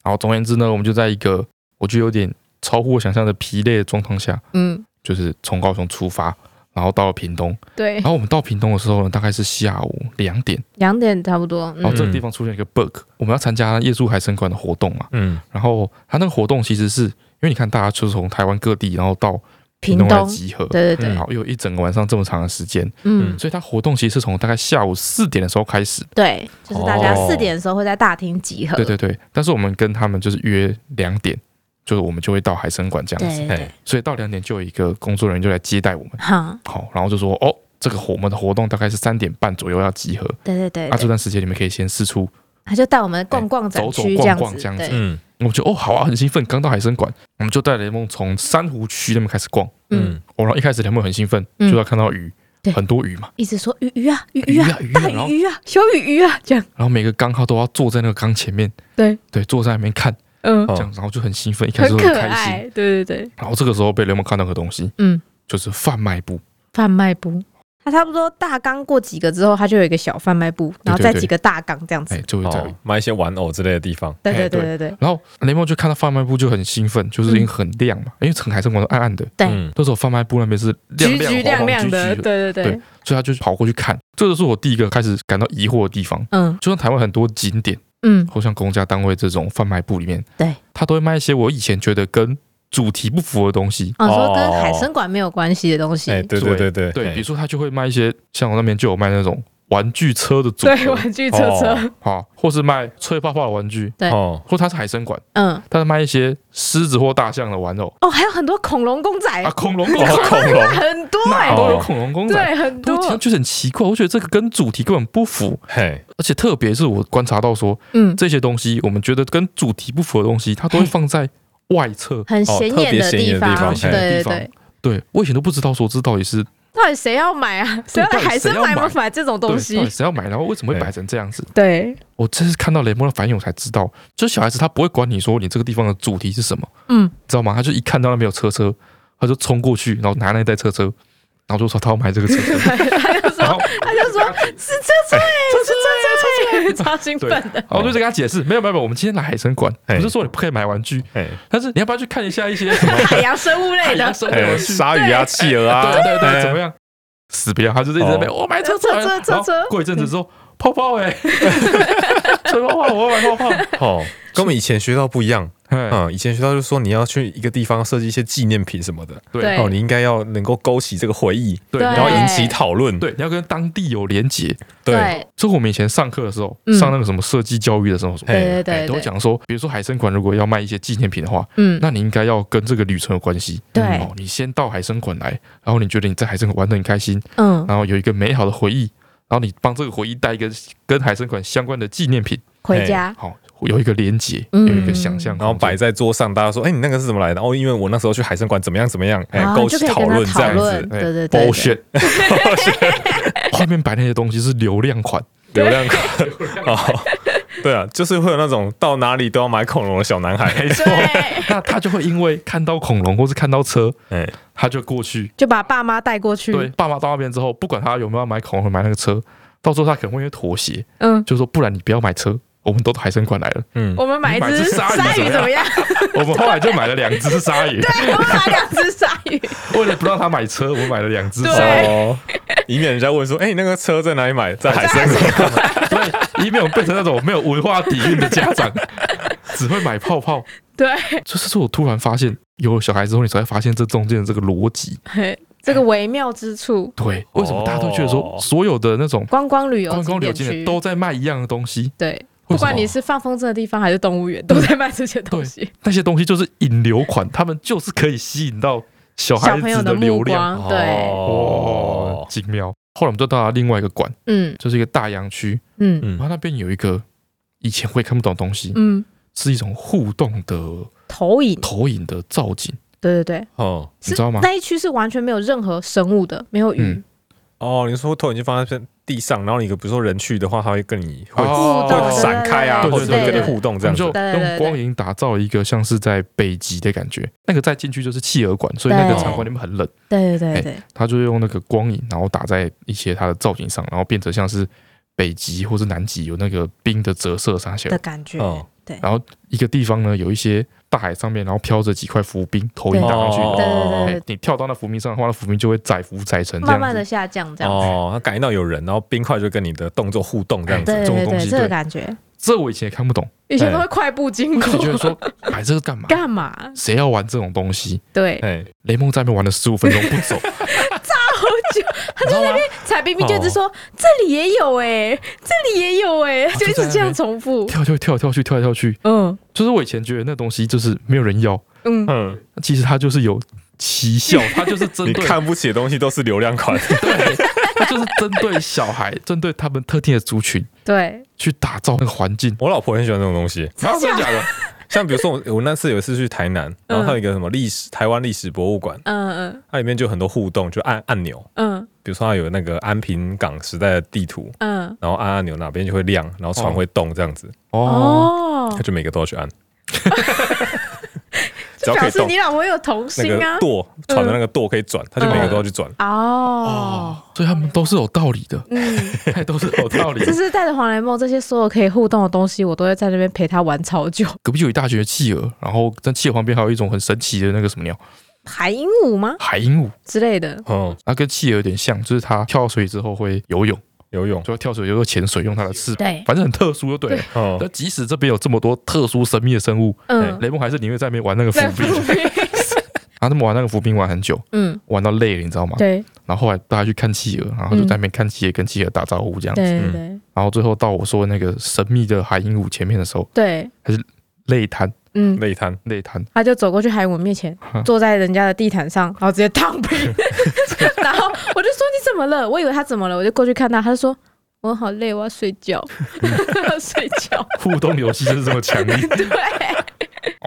Speaker 2: 好，总而言之呢，我们就在一个我觉得有点超乎我想象的疲累的状况下，
Speaker 1: 嗯，
Speaker 2: 就是从高雄出发，然后到了屏东，
Speaker 1: 对
Speaker 2: 然，
Speaker 3: 哦
Speaker 2: 后我们到屏东的时候呢，大概是下午两点。
Speaker 1: 两点差不多。
Speaker 2: 然后
Speaker 3: 哦
Speaker 1: 嗯，
Speaker 2: 这个地方出现一个 bug，、我们要参加夜宿海参馆的活动嘛，
Speaker 3: 嗯，
Speaker 2: 然后它那个活动其实是因为你看大家就是从台湾各地，然后到
Speaker 1: 屏
Speaker 2: 东来
Speaker 1: 东，
Speaker 2: 集合，
Speaker 1: 对对对，
Speaker 2: 然后有一整个晚上这么长的时间，
Speaker 1: 嗯，
Speaker 2: 所以它活动其实是从大概下午四点的时候开始，
Speaker 1: 对，就是大家
Speaker 3: 哦
Speaker 1: 四点的时候会在大厅集合。
Speaker 2: 对对对，但是我们跟他们就是约两点，就是我们就会到海参馆这样子，
Speaker 1: 对对
Speaker 3: 哎
Speaker 1: 对，，
Speaker 2: 所以到两点就有一个工作人员就来接待我们，
Speaker 1: 哈，
Speaker 2: 好，然后就说哦，这个活我们的活动大概是三点半左右要集合，
Speaker 1: 对对对
Speaker 2: 啊，这
Speaker 1: 对，
Speaker 2: 段时间你们可以先试出
Speaker 1: 他就带我们逛逛展区这样
Speaker 2: 走走逛逛
Speaker 1: 子
Speaker 2: 这样，子
Speaker 1: 对，
Speaker 3: 嗯
Speaker 2: 我就哦好啊，很兴奋，刚到海参馆，我们就带雷梦从珊瑚区那边开始逛。
Speaker 1: 嗯，
Speaker 3: 嗯，
Speaker 2: 哦，然后一开始雷梦很兴奋，
Speaker 1: 嗯
Speaker 2: 就要看到鱼，
Speaker 1: 对
Speaker 2: 很多鱼嘛，
Speaker 1: 一直说鱼鱼啊，鱼鱼啊，
Speaker 2: 鱼啊
Speaker 1: 大
Speaker 2: 然后
Speaker 1: 鱼鱼啊，小鱼鱼啊，这样，
Speaker 2: 然后每个缸号都要坐在那个缸前面，
Speaker 1: 对
Speaker 2: 对，坐在那边看，
Speaker 1: 嗯，
Speaker 2: 这
Speaker 3: 哦
Speaker 2: 样，然后就很兴奋，一开始
Speaker 1: 很
Speaker 2: 都
Speaker 1: 可
Speaker 2: 很开心。
Speaker 1: 爱，对对对，
Speaker 2: 然后这个时候被雷梦看到个东西，
Speaker 1: 嗯，
Speaker 2: 就是贩卖部，
Speaker 1: 贩卖部，
Speaker 4: 他差不多大纲过几个之后，他就有一个小贩卖部，然后
Speaker 2: 对
Speaker 4: 再
Speaker 2: 对
Speaker 4: 几个大纲这样子
Speaker 2: 哎，。就会在。
Speaker 3: 哦，买一些玩偶之类的地方。
Speaker 4: 对
Speaker 2: 哎
Speaker 4: 对对
Speaker 2: 对
Speaker 4: 对对，
Speaker 2: 然后雷梦就看到贩卖部就很兴奋，就是
Speaker 1: 嗯
Speaker 2: 因为很亮嘛，因为整个海参馆都暗暗的。
Speaker 1: 对
Speaker 3: 嗯
Speaker 2: 那时候贩卖部那边是亮
Speaker 1: 橘橘
Speaker 2: 亮
Speaker 1: 亮
Speaker 2: 黄黄
Speaker 1: 亮的，
Speaker 2: 橘橘
Speaker 1: 对对
Speaker 2: 对
Speaker 1: 对，
Speaker 2: 所以他就跑过去看。这就是我第一个开始感到疑惑的地方。
Speaker 1: 嗯
Speaker 2: 就像台湾很多景点，
Speaker 1: 嗯，
Speaker 2: 或像公家单位这种贩卖部里面，
Speaker 1: 对，
Speaker 2: 他都会卖一些我以前觉得跟主题不符的东西。
Speaker 1: 哦，说跟
Speaker 3: 哦
Speaker 1: 海参馆没有关系的东西，
Speaker 3: 哎，对对对对
Speaker 2: 对，比如说他就会卖一些，像我那边就有卖那种玩具车的组
Speaker 1: 对，
Speaker 2: 合，
Speaker 1: 玩具车车
Speaker 3: 哦，
Speaker 2: 啊，或是卖吹泡泡的玩具，
Speaker 1: 对
Speaker 3: 哦，
Speaker 2: 或它是海参馆，
Speaker 1: 嗯，
Speaker 2: 它是卖一些狮子或大象的玩偶
Speaker 1: 哦，还有很多恐龙公仔
Speaker 2: 啊，，恐龙 公
Speaker 3: 哦
Speaker 2: 仔，
Speaker 3: 恐龙，
Speaker 1: 很多
Speaker 2: 哪
Speaker 1: 哎，
Speaker 2: 都有恐龙公仔。
Speaker 1: 对，很
Speaker 2: 都
Speaker 1: 多，
Speaker 2: 欸就是很奇怪，我觉得这个跟主题根本不符，
Speaker 3: 嘿，
Speaker 2: 而且特别是我观察到说，
Speaker 1: 嗯，
Speaker 2: 这些东西我们觉得跟主题不符的东西，它都会放在外侧。
Speaker 1: 很
Speaker 3: 哦
Speaker 1: 显
Speaker 3: 特
Speaker 1: 眼
Speaker 3: 别
Speaker 1: 的
Speaker 3: 显
Speaker 1: 地
Speaker 3: 眼的地
Speaker 1: 方，
Speaker 3: 方
Speaker 1: 对
Speaker 3: 嘿
Speaker 1: 对
Speaker 2: 地方
Speaker 1: 对，
Speaker 2: 对我以前都不知道说这到底是
Speaker 1: 到底谁要买啊？谁要来
Speaker 2: 到底
Speaker 1: 海参
Speaker 2: 谁要
Speaker 1: 买不
Speaker 2: 买
Speaker 1: 买这种东
Speaker 2: 对到
Speaker 1: 西
Speaker 2: 底？谁要买，然后为什么会摆成这样子？
Speaker 1: 对，
Speaker 2: 我这是看到雷蒙的反应，我才知道，就小孩子他不会管你说你这个地方的主题是什么，
Speaker 1: 嗯，
Speaker 2: 知道吗？他就一看到那边有车车，他就冲过去，然后拿那一台车车，然后就说他要买这个车 车，然后
Speaker 1: 他就说是这车哎，是这车车车，超兴
Speaker 2: 对，
Speaker 1: 奋的。
Speaker 2: 然后我就在跟他解释，没有没有没有，我们今天来海参馆，
Speaker 3: 哎
Speaker 2: 不是说你不可以买玩具，
Speaker 3: 嘿，
Speaker 2: 但是你要不要去看一下一些 什么
Speaker 1: 海洋生物
Speaker 2: 海
Speaker 1: 类
Speaker 2: 洋
Speaker 1: 的，
Speaker 2: 生物
Speaker 3: 哎
Speaker 2: 玩具？
Speaker 3: 鲨鱼啊，企鹅啊，
Speaker 2: 对对对，
Speaker 3: 哎
Speaker 2: 怎么样？死不要，他就一直在那边，我买车车
Speaker 1: 哦车车车车嗯
Speaker 2: 哎然后过一阵子之后，泡泡哎，吹泡泡，我要买泡泡。
Speaker 3: 哦，跟我们以前学到不一样。
Speaker 2: 嗯，
Speaker 3: 嗯，以前学到就说你要去一个地方设计一些纪念品什么的，
Speaker 2: 对
Speaker 1: 对
Speaker 3: 哦，你应该要能够勾起这个回忆，
Speaker 2: 对
Speaker 1: 对
Speaker 3: 然后引起讨论。
Speaker 2: 对，你要跟当地有连结。
Speaker 3: 对，
Speaker 2: 所以我们以前上课的时候，
Speaker 1: 嗯
Speaker 2: 上那个什么设计教育的时候，什么
Speaker 3: 嘿
Speaker 1: 对对
Speaker 2: 哎
Speaker 1: 对
Speaker 2: 都
Speaker 1: 对，
Speaker 2: 讲说，比如说海参馆如果要卖一些纪念品的话，
Speaker 1: 嗯，
Speaker 2: 那你应该要跟这个旅程有关系。
Speaker 1: 对
Speaker 2: 嗯哦，你先到海参馆来，然后你觉得你在海参馆玩得很开心，
Speaker 1: 嗯，
Speaker 2: 然后有一个美好的回忆，然后你帮这个回忆带一个跟海参馆相关的纪念品，
Speaker 5: 回家
Speaker 2: 好、有一个连结，有
Speaker 1: 嗯
Speaker 2: 一个想象空间，
Speaker 3: 然后摆在桌上，大家说：“哎，你那个是怎么来的？”哦，因为我那时候去海参馆怎么样怎么样，哎
Speaker 1: 然，后
Speaker 3: 勾
Speaker 1: 啊就
Speaker 3: 起
Speaker 1: 可以
Speaker 3: 讨
Speaker 1: 跟
Speaker 3: 论
Speaker 1: 他
Speaker 3: 这
Speaker 1: 讨
Speaker 3: 样子
Speaker 1: 论，。
Speaker 2: 哎
Speaker 1: 对对对对
Speaker 2: bullshit，后面摆那些东西是流量款，
Speaker 3: 流量款哦，对啊，就是会有那种到哪里都要买恐龙的小男 孩，
Speaker 1: 对，
Speaker 2: 那他就会因为看到恐龙或是看到车，
Speaker 3: 哎，
Speaker 2: 他就过去。
Speaker 1: 就把爸妈带过去，
Speaker 2: 对，爸妈到那边之后，不管他有没有要买恐龙买那个车，到时候他可能会因为妥协，
Speaker 1: 嗯，
Speaker 2: 就说不然你不要买车，我们都到海参馆来了，
Speaker 3: 嗯，
Speaker 1: 我们买一
Speaker 2: 你买
Speaker 1: 只
Speaker 2: 只鲨鱼
Speaker 1: 鲨鱼怎么样？
Speaker 2: 我们后来就买了两只鲨鱼，
Speaker 1: 我们买两只鲨鱼，
Speaker 2: 为了不让他买车，我们买了两只鲨
Speaker 1: 对
Speaker 2: 鱼，
Speaker 3: 哦，以免人家问说：“哎，你那个车在哪里买？在海参馆。
Speaker 2: 以免我们变成那种没有文化底蕴的家长， 只会买泡泡。
Speaker 1: 对，
Speaker 2: 这是我突然发现，有了小孩之后，你才会发现这中间的这个逻辑。
Speaker 1: 嘿这个微妙之处，
Speaker 2: 对，为什么大家都觉得说
Speaker 3: 哦
Speaker 2: 所有的那种
Speaker 1: 观光旅游
Speaker 2: 观光旅游景
Speaker 1: 景点
Speaker 2: 点都
Speaker 1: 区
Speaker 2: 在卖一样的东西？
Speaker 1: 对。
Speaker 2: 为
Speaker 1: 不
Speaker 2: 什么
Speaker 1: 管你是放风筝的地方还是动物园，都在卖这些东西。
Speaker 2: 那些东西就是引流款，他们就是可以吸引到小
Speaker 1: 小
Speaker 2: 孩
Speaker 1: 朋友
Speaker 2: 子
Speaker 1: 的
Speaker 2: 流
Speaker 1: 目
Speaker 2: 量。
Speaker 1: 光，对，
Speaker 2: 哦，
Speaker 3: 哦，
Speaker 2: 精妙。后来我们就到了另外一个馆，
Speaker 1: 嗯
Speaker 2: 就是一个大洋区，
Speaker 1: 嗯
Speaker 2: 然
Speaker 3: 哦
Speaker 2: 后那边有一个以前会看不懂的东西，
Speaker 1: 嗯，
Speaker 2: 是一种互动的
Speaker 1: 投影，
Speaker 2: 投影的造景，
Speaker 1: 对对对，
Speaker 3: 哦
Speaker 2: 你知道吗
Speaker 1: 是那一区是完全没有任何生物的，没有鱼
Speaker 2: 嗯，
Speaker 3: 哦，你说投影机放在地上，然后你比如说人去的话，他会跟你会
Speaker 2: 哦
Speaker 3: 会闪开啊，
Speaker 2: 对
Speaker 3: 或
Speaker 2: 对
Speaker 3: 者
Speaker 2: 对
Speaker 3: 会跟你
Speaker 2: 对
Speaker 3: 互动
Speaker 2: 我
Speaker 3: 这样
Speaker 2: 们
Speaker 3: 子
Speaker 2: 就。
Speaker 1: 对对对
Speaker 2: 用光影打造一个像是在北极的感觉。那个再进去就是企鹅馆，所以那个
Speaker 1: 对
Speaker 2: 场馆里面很冷，
Speaker 1: 对对对对，
Speaker 2: 它就用那个光影，然后打在一些它的造景上，然后变成像是北极或是南极有那个冰的折射上去
Speaker 1: 的。感觉，
Speaker 3: 哦
Speaker 1: 对
Speaker 2: 然后一个地方呢，有一些大海上面，然后飘着几块浮冰，投影打上去，
Speaker 1: 对
Speaker 3: 对
Speaker 1: 对
Speaker 2: 哎
Speaker 1: 对
Speaker 2: 你跳到那浮冰上的话，那浮冰就会载浮载沉，这样
Speaker 1: 慢慢
Speaker 2: 子
Speaker 1: 的下降这样子，
Speaker 3: 哦，他感应到有人，然后冰块就跟你的动作互动这样子。
Speaker 1: 对
Speaker 2: 这种
Speaker 1: 对
Speaker 2: 东
Speaker 1: 对，
Speaker 2: 西
Speaker 1: 这个
Speaker 2: 对
Speaker 1: 感觉，
Speaker 2: 这我以前也看不 懂，
Speaker 1: 以前都会快步经
Speaker 2: 我
Speaker 1: 过，
Speaker 2: 就觉得说买这个干嘛？
Speaker 1: 干嘛？
Speaker 2: 谁要玩这种东西？
Speaker 1: 对，
Speaker 3: 哎，
Speaker 2: 雷蒙在那边玩了十五分钟不走，
Speaker 1: 他就在那边彩冰冰就一直
Speaker 2: 哦
Speaker 1: 说这里也有哎，这里也有哎，就一直这样重复，
Speaker 2: 跳跳跳跳去跳来跳去，
Speaker 1: 嗯
Speaker 2: 就是我以前觉得那东西就是没有人要，
Speaker 1: 嗯，
Speaker 3: 嗯，
Speaker 2: 其实它就是有奇效，它就是针
Speaker 3: 你
Speaker 2: 对，
Speaker 3: 看不起的东西都是流量款。
Speaker 2: 它就是针对小孩，针对他们特定的族群
Speaker 1: 对，
Speaker 2: 去打造那个环境。
Speaker 3: 我老婆很喜欢这种东西，
Speaker 2: 然后真的假的？
Speaker 3: 像比如说我我那次有一次去台南，然后它有一个什么历史台湾历史博物馆，
Speaker 1: 嗯
Speaker 3: 它里面就有很多互动，就按按钮，
Speaker 1: 嗯
Speaker 3: 比如说它有那个安平港时代的地图，
Speaker 1: 嗯
Speaker 3: 然后按按钮哪边就会亮，然后船会动这样子，
Speaker 1: 嗯，
Speaker 2: 哦，
Speaker 1: 哦
Speaker 3: 他，就每个都要去按，只
Speaker 1: 就
Speaker 3: 要可
Speaker 1: 表
Speaker 3: 以
Speaker 1: 示
Speaker 3: 动
Speaker 1: 你，老婆有童
Speaker 3: 那
Speaker 1: 心
Speaker 3: 个
Speaker 1: 啊，
Speaker 3: 舵船的那个舵可以转，他就每个都要去转。
Speaker 1: 哦
Speaker 2: 哦，，所以他们都是有道理的，
Speaker 1: 嗯。
Speaker 2: 哎都是有 道理
Speaker 1: 就
Speaker 2: 的。
Speaker 1: 是带着黄雷梦这些所有可以互动的东西，我都会在那边陪他玩超久。
Speaker 2: 隔壁就有一大群的企鹅，然后在企鹅旁边还有一种很神奇的那个什么鸟，
Speaker 1: 海鹦鹉吗
Speaker 2: 海鹦鹉，
Speaker 1: 之类的？
Speaker 3: 嗯，
Speaker 2: 它跟企鹅有点像，就是它跳到水里之后会游泳，
Speaker 3: 游泳，
Speaker 2: 就会跳水，游泳潜水，用它的翅膀，
Speaker 1: 对，
Speaker 2: 反正很特殊，就对了。
Speaker 3: 哦
Speaker 2: 那，即使这边有这么多特殊神秘的生物，
Speaker 1: 嗯，
Speaker 2: 雷蒙还是宁愿在那边玩那个浮
Speaker 1: 在
Speaker 2: 冰，啊
Speaker 1: 附近
Speaker 2: 然后他们玩那个浮冰玩很久，
Speaker 1: 嗯，
Speaker 2: 玩到累了，你知道吗？
Speaker 1: 对
Speaker 2: 然后后来大家去看企鹅，然后就在那边看企鹅，跟企鹅打招呼这样。
Speaker 1: 对对
Speaker 2: 然后最后到我说那个神秘的海鹦鹉前面的时候，
Speaker 1: 对，
Speaker 2: 累瘫，
Speaker 1: 嗯，
Speaker 3: 内滩，
Speaker 2: 累瘫，
Speaker 1: 他就走过去海文面前
Speaker 2: 哈，
Speaker 1: 坐在人家的地毯上，然后直接躺平。然后我就说你怎么了？我以为他怎么了，我就过去看他，他就说我好累，我要睡觉， 我要睡觉。
Speaker 2: 互动游戏就是这么强烈。
Speaker 1: 对，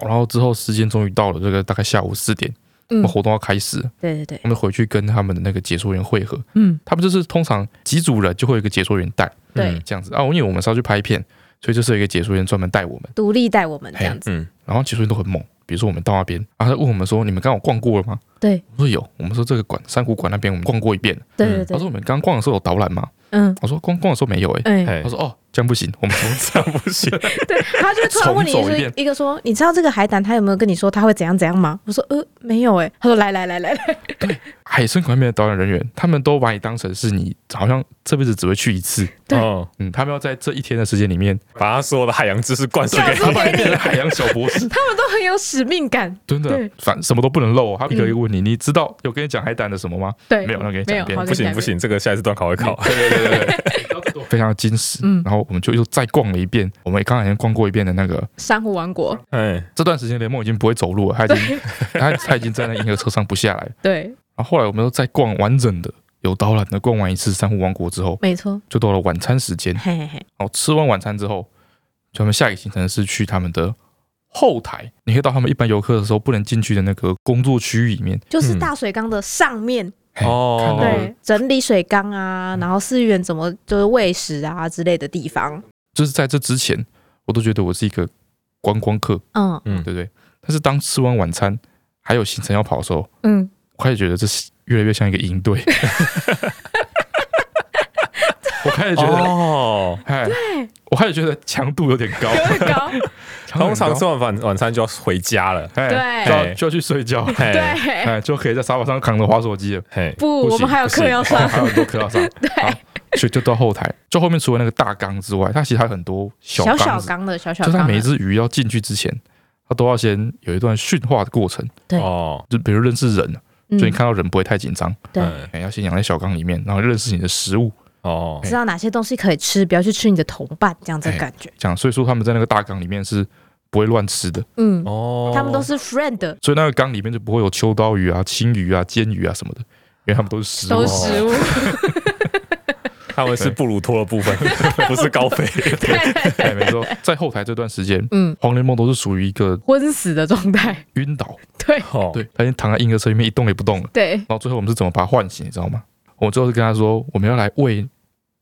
Speaker 2: 好 然后之后时间终于到了，这个大概下午四点，
Speaker 1: 嗯
Speaker 2: 我们，活动要开始了，
Speaker 1: 对对对，
Speaker 2: 我们回去跟他们的那个解说员会合。
Speaker 1: 嗯，
Speaker 2: 他们就是通常几组人就会有一个解说员带，
Speaker 1: 对
Speaker 2: 嗯，这样子啊。因为我们是要去拍片，所以就是有一个解说员专门带我们。
Speaker 1: 独立带我们这样子。
Speaker 3: 嗯，
Speaker 2: 然后解说员都很猛，比如说我们到那边，然后他问我们说：“你们刚好逛过了吗？”
Speaker 1: 对，
Speaker 2: 我说有。我们说这个馆珊瑚馆那边我们逛过一遍了。
Speaker 1: 对
Speaker 3: 嗯
Speaker 1: 对
Speaker 2: 他
Speaker 1: 对
Speaker 2: 说，我们刚逛的时候有导览吗？
Speaker 1: 嗯，
Speaker 2: 我说光逛的时候没有 诶、
Speaker 1: 哎，
Speaker 3: 哎
Speaker 2: 他，说哦，这样不行，我们重
Speaker 3: 这样不行，
Speaker 1: 对，他就会突然问你
Speaker 2: 重走一
Speaker 1: 说
Speaker 2: 遍
Speaker 1: 一个说，你知道这个海胆他有没有跟你说他会怎样怎样吗？我说呃没有哎、他说来来来来来，
Speaker 2: 海参馆那边的导览人员，他们都把你当成是你好像这辈子只会去一次，
Speaker 6: 对
Speaker 3: 嗯，
Speaker 2: 嗯，他们要在这一天的时间里面，
Speaker 3: 把他所有的海洋知识灌输
Speaker 6: 啊
Speaker 3: 给
Speaker 2: 他把你变成海洋小博 士，
Speaker 6: 他们都很有使命感，
Speaker 2: 真的
Speaker 6: 对，
Speaker 2: 反什么都不能漏哦。他一个一个问你，你知道有跟你讲海胆的什么吗？
Speaker 6: 对，
Speaker 2: 没有那给你讲
Speaker 6: 没有，
Speaker 2: 给你
Speaker 6: 好
Speaker 3: 不
Speaker 6: 给你
Speaker 3: 行
Speaker 6: 讲
Speaker 3: 不 行，这个下一次段考会考。
Speaker 2: 对对对对对，非常的精实。
Speaker 6: 嗯
Speaker 2: 然后我们就又再逛了一遍，我们刚才已经逛过一遍的那个。
Speaker 6: 珊瑚王国，
Speaker 3: 哎，
Speaker 2: 这段时间雷梦已经不会走路了，他已经 他他已经站在银河车上不下来了。
Speaker 6: 对，
Speaker 2: 然后后来我们又再逛完整的。有导览的逛完一次珊瑚王国之后，
Speaker 1: 没错，
Speaker 2: 就到了晚餐时间。
Speaker 1: 嘿嘿嘿，
Speaker 2: 然后哦吃完晚餐之后，就他们下一个行程是去他们的后台，你可以到他们一般游客的时候不能进去的那个工作区域里面，
Speaker 1: 就是
Speaker 3: 嗯
Speaker 1: 大水缸的上面
Speaker 2: 嘿
Speaker 3: 哦
Speaker 2: 看到
Speaker 6: 对
Speaker 1: 整理水缸啊，然后饲养员怎么就是喂食啊之类的地方，
Speaker 2: 就是在这之前，我都觉得我是一个观光客，
Speaker 1: 嗯
Speaker 3: 嗯
Speaker 2: 对不对？但是当吃完晚餐还有行程要跑的时候，
Speaker 6: 嗯，
Speaker 2: 我开始觉得这是越来越像一个营队， 我开始觉得，
Speaker 3: 哦，
Speaker 2: 哎，我开始觉得强度有点 高，
Speaker 6: 有点高，
Speaker 2: 强度很
Speaker 3: 通
Speaker 2: 高
Speaker 3: 常吃完晚晚餐就要回家了。
Speaker 6: 对
Speaker 2: 哎就要就要去睡觉，
Speaker 3: 嘿，
Speaker 6: 对，
Speaker 2: 哎，就可以在沙发上扛着滑手机了。
Speaker 3: 嘿，
Speaker 6: 不，
Speaker 2: 不
Speaker 6: 我
Speaker 2: 行
Speaker 6: 们还有课要
Speaker 2: 不行
Speaker 6: 上，
Speaker 2: 还有很多课要上。好，所以就到后台，就后面除了那个大缸之外，它其实还有很多 小
Speaker 1: 小
Speaker 2: 缸
Speaker 1: 小
Speaker 2: 子，
Speaker 1: 缸的小小
Speaker 2: 就是它
Speaker 1: 缸啊
Speaker 2: 每一
Speaker 1: 的，
Speaker 2: 只鱼要进去之前，它都要先有一段驯化的过程，
Speaker 1: 对
Speaker 3: 哦，
Speaker 2: 就比如认识人，
Speaker 1: 嗯
Speaker 2: 所以你看到人不会太紧张，
Speaker 1: 对
Speaker 3: 嗯
Speaker 2: 哎，要先养在小缸里面，然后认识你的食物，
Speaker 3: 哦，
Speaker 1: 知道哪些东西可以吃，不要去吃你的同伴，这样子的感觉，
Speaker 2: 这样。所以说他们在那个大缸里面是不会乱吃的，
Speaker 1: 嗯，
Speaker 3: 哦，
Speaker 1: 他们都是 friend，
Speaker 2: 所以那个缸里面就不会有秋刀鱼啊、青鱼啊、煎鱼啊什么的，因为他们都是食物哦
Speaker 6: 都。是食物，
Speaker 3: 他们是布鲁托的部分， 不是高飞。
Speaker 2: 哎，没错，在后台这段时间，
Speaker 6: 嗯，
Speaker 2: 黄连梦都是属于一个
Speaker 6: 昏死的状 态，
Speaker 2: 晕倒，
Speaker 6: 对
Speaker 3: 哦，
Speaker 2: 对，他已经躺在婴儿车里面一动也不动了。
Speaker 6: 对，
Speaker 2: 然后最后我们是怎么把他唤醒，你知道吗？我最后是跟他说，我们要来喂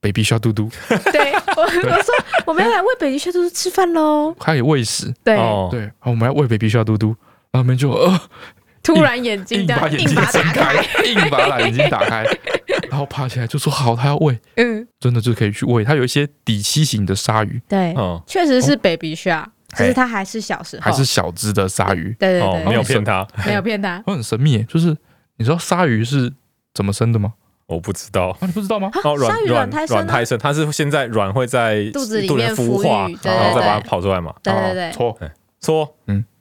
Speaker 2: baby 小嘟嘟，
Speaker 6: 对，我我说我们要来喂北极圈兔吃饭喽，
Speaker 2: 他给喂食，
Speaker 6: 对，
Speaker 3: 哦，
Speaker 2: 对，然后我们要喂 baby 小嘟嘟，然后我们就呃
Speaker 6: 突然眼睛
Speaker 2: 硬
Speaker 6: 的
Speaker 2: 把眼睛
Speaker 6: 硬把
Speaker 2: 睁
Speaker 6: 打
Speaker 2: 开
Speaker 6: 开，，
Speaker 2: 硬把懒眼睛打开，然后爬起来就说好，他要喂，
Speaker 6: 嗯，
Speaker 2: 真的就可以去喂。它有一些底栖型的鲨鱼，
Speaker 1: 对，
Speaker 3: 嗯，
Speaker 6: 确实是 baby shark，
Speaker 1: 就
Speaker 2: 哎
Speaker 1: 是他还是小
Speaker 6: 哦
Speaker 1: 时候，
Speaker 2: 还是小只的鲨鱼，
Speaker 1: 对对
Speaker 3: 哦，
Speaker 1: 对，
Speaker 3: 没有骗他，
Speaker 6: 没有骗他，
Speaker 2: 它很神秘耶，就是你知道鲨鱼是怎么生的吗？
Speaker 3: 我不知道。
Speaker 2: 啊，你不知道吗？
Speaker 1: 啊
Speaker 3: 哦，
Speaker 1: 鲨
Speaker 3: 卵
Speaker 1: 鱼
Speaker 3: 卵
Speaker 1: 卵胎生啊
Speaker 3: 卵胎生，它是现在卵会在
Speaker 1: 肚子里面
Speaker 3: 孵
Speaker 1: 孵育
Speaker 3: 化，
Speaker 1: 对
Speaker 3: 然后
Speaker 2: 对
Speaker 3: 再把它
Speaker 1: 对
Speaker 3: 跑出来嘛。
Speaker 1: 对对
Speaker 2: 哦
Speaker 1: 对，
Speaker 2: 错，
Speaker 3: 说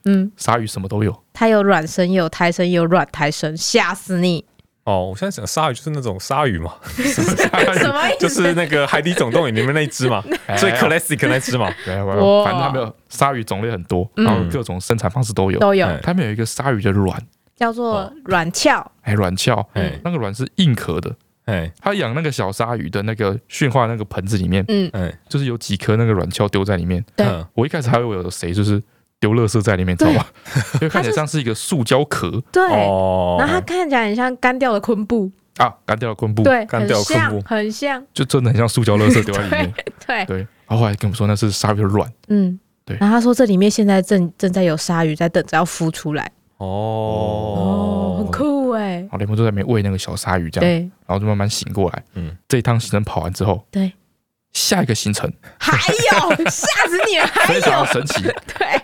Speaker 1: 嗯，
Speaker 2: 鲨鱼什么都 有，
Speaker 1: 他有卵生，也有胎生，也有卵胎生，吓死你！
Speaker 3: 哦，我现在想鲨鱼就是那种鲨鱼嘛，
Speaker 6: 什么意思？
Speaker 3: 哎 就是那个《海底总动员》里面那一只嘛，最
Speaker 2: 哎
Speaker 3: classic 那 只嘛。
Speaker 2: 对，
Speaker 6: 哇
Speaker 2: 反正它没有鲨鱼种类很多，
Speaker 6: 嗯
Speaker 2: 然后各种生产方式都有。
Speaker 6: 都有
Speaker 3: 哎
Speaker 2: 它们有一个鲨鱼的卵，
Speaker 1: 叫做
Speaker 3: 哦
Speaker 1: 卵鞘，
Speaker 2: 哎，卵鞘，
Speaker 1: 嗯
Speaker 3: 哎
Speaker 2: 那个卵是硬壳的。
Speaker 3: 哎
Speaker 2: 它养那个小鲨鱼的那个驯化那个盆子里
Speaker 6: 嗯
Speaker 2: 面，
Speaker 1: 嗯
Speaker 3: 哎，
Speaker 2: 就是有几颗那个卵鞘丢在里面。
Speaker 1: 对
Speaker 3: 嗯
Speaker 2: 我一开始还以为有谁就是丢垃圾在里面，知道吗？因 为看起来像是一个塑胶壳
Speaker 1: 对，
Speaker 3: 哦，
Speaker 1: 然后它看起来很像干掉的昆布，
Speaker 2: 啊，干掉了昆布，
Speaker 6: 对，
Speaker 3: 干
Speaker 6: 很
Speaker 3: 掉昆
Speaker 6: 像
Speaker 3: 布，
Speaker 6: 很像，
Speaker 2: 就真的很像塑胶垃圾丢在 里面。
Speaker 6: 对，
Speaker 2: 对，然后后来跟我们说那是鲨鱼的卵，
Speaker 1: 嗯，
Speaker 2: 对
Speaker 1: 然后他说这里面现在正正在有鲨鱼在等着要孵出来，
Speaker 3: 哦，
Speaker 6: 很酷哎
Speaker 2: 然，后雷蒙就在里面喂那个小鲨鱼这样，
Speaker 1: 欸 对，
Speaker 2: 然后就慢慢醒过来。
Speaker 3: 嗯，
Speaker 2: 这一趟行程跑完之后，
Speaker 1: 对，
Speaker 2: 下一个行程
Speaker 6: 还有吓死你 了，还
Speaker 2: 非常
Speaker 6: 有
Speaker 2: 神 奇，
Speaker 6: 对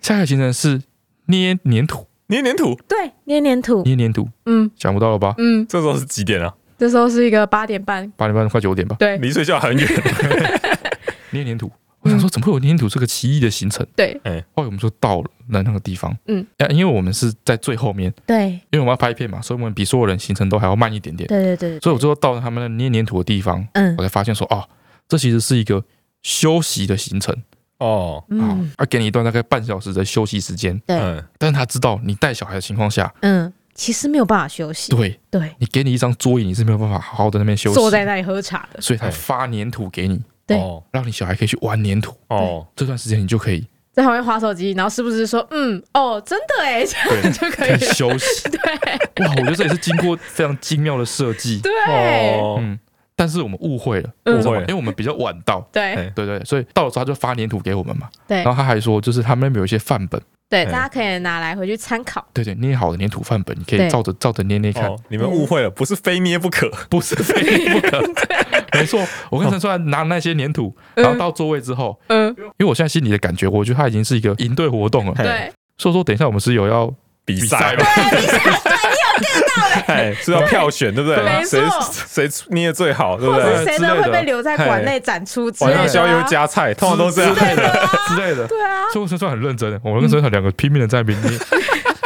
Speaker 2: 下一个行程是捏黏土，
Speaker 3: 捏黏土，
Speaker 6: 对，
Speaker 1: 捏黏土，
Speaker 2: 捏黏土，
Speaker 6: 嗯
Speaker 2: 想不到了吧？
Speaker 6: 嗯，
Speaker 3: 这时候是几点啊？
Speaker 6: 这时候是一个八点半，
Speaker 2: 八点半快九点吧，嗯
Speaker 6: 对
Speaker 3: 离睡觉很远。
Speaker 2: 捏黏土。我想说，怎么会有捏黏土这个奇异的行程？
Speaker 6: 对，
Speaker 2: 后来我们就到了那个地方，
Speaker 6: 嗯，
Speaker 2: 哎，因为我们是在最后面，
Speaker 1: 对
Speaker 2: 因为我们要拍片嘛，所以我们比所有人行程都还要慢一点点。
Speaker 1: 对对对，对
Speaker 2: 所以我最后到了他们那捏黏土的地方，
Speaker 1: 嗯
Speaker 2: 我才发现说，哦，这其实是一个休息的行程
Speaker 3: 哦，
Speaker 2: 啊
Speaker 1: 嗯，
Speaker 2: 而给你一段大概半小时的休息时间。
Speaker 1: 对，
Speaker 3: 嗯，
Speaker 2: 但是他知道你带小孩的情况下，
Speaker 1: 嗯，其实没有办法休息，
Speaker 2: 对
Speaker 1: 对，
Speaker 2: 你给你一张桌椅，你是没有办法好好的那边休息，
Speaker 6: 坐在那里喝茶的，
Speaker 2: 所以才发黏土给你，
Speaker 1: 对
Speaker 3: 哦
Speaker 2: 让你小孩可以去玩黏土。
Speaker 3: 哦，
Speaker 2: 这段时间你就可以
Speaker 6: 在旁边划手机，然后时不时说嗯哦真的哎，这
Speaker 2: 对
Speaker 6: 样就可以
Speaker 2: 可以
Speaker 6: 了，
Speaker 2: 休息。对，哇，我觉得这也是经过非常精妙的设计。
Speaker 6: 对
Speaker 3: 哦
Speaker 2: 嗯，但是我们误会了，
Speaker 6: 嗯
Speaker 2: 你知道吗
Speaker 3: 误会了
Speaker 2: 因为我们比较晚到。
Speaker 6: 对
Speaker 3: 哎
Speaker 2: 对对，所以到了之后他就发粘土给我们嘛，
Speaker 6: 对
Speaker 2: 然后他还说，就是他们那边有一些范本，
Speaker 6: 对，大家可以拿来回去参考，
Speaker 2: 对对，捏哎好的粘土范本，你可以
Speaker 6: 对
Speaker 2: 照着照着捏捏看，
Speaker 3: 哦，你们误会了，不是非捏不可。
Speaker 2: 不 是非不可。 没错，我
Speaker 6: 哦
Speaker 2: 跟陈川拿那些粘土，然后到座位之后，
Speaker 6: 嗯
Speaker 2: 因为我现在心里的感觉，我觉得它已经是一个营 队 活动了，
Speaker 3: 嘿
Speaker 6: 对，
Speaker 1: 哎
Speaker 2: 所以说等一下我们是有要
Speaker 3: 比
Speaker 2: 比
Speaker 3: 赛
Speaker 2: 赛吧，
Speaker 3: 嘿哎，是要票选对不对？
Speaker 1: 没
Speaker 3: 谁
Speaker 1: 错
Speaker 3: 谁捏的最好对不
Speaker 1: 或
Speaker 3: 对
Speaker 1: 是？谁
Speaker 2: 之
Speaker 1: 的
Speaker 2: 类的哎
Speaker 1: 会被留在馆内展出之
Speaker 3: 晚
Speaker 1: 类
Speaker 3: 上
Speaker 1: 的
Speaker 3: 逍遥
Speaker 1: 啊、
Speaker 3: 加菜，通常都这样。
Speaker 2: 之类的 之类的。
Speaker 1: 对啊，
Speaker 2: 所以我算算很认真，我跟陈爽两个拼命的在拼捏，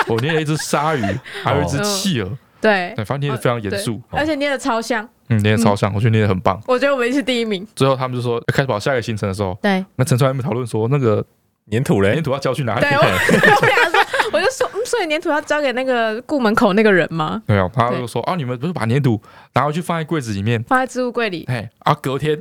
Speaker 2: 我捏了一只鲨鱼，还有一只企
Speaker 1: 哦
Speaker 2: 鹅，哎
Speaker 1: 对，
Speaker 2: 对，反正捏的非常严肃，哦
Speaker 1: 而且捏的超像，
Speaker 2: 嗯，捏的超像，我觉得捏的很棒。
Speaker 1: 我觉得我们是第一名。
Speaker 2: 最后他们就说呃开始跑下一个行程的时候，
Speaker 1: 对，
Speaker 2: 那陈川他们讨论说那个
Speaker 3: 粘土
Speaker 2: 粘
Speaker 3: 嘞，
Speaker 2: 土要交去哪里
Speaker 1: 对？我我想说，我就说，嗯，所以粘土要交给那个顾门口那个人吗？
Speaker 2: 没有，他就说啊，你们不是把粘土拿回去放在柜子里面，
Speaker 1: 放在置物柜里，
Speaker 2: 哎，啊，隔天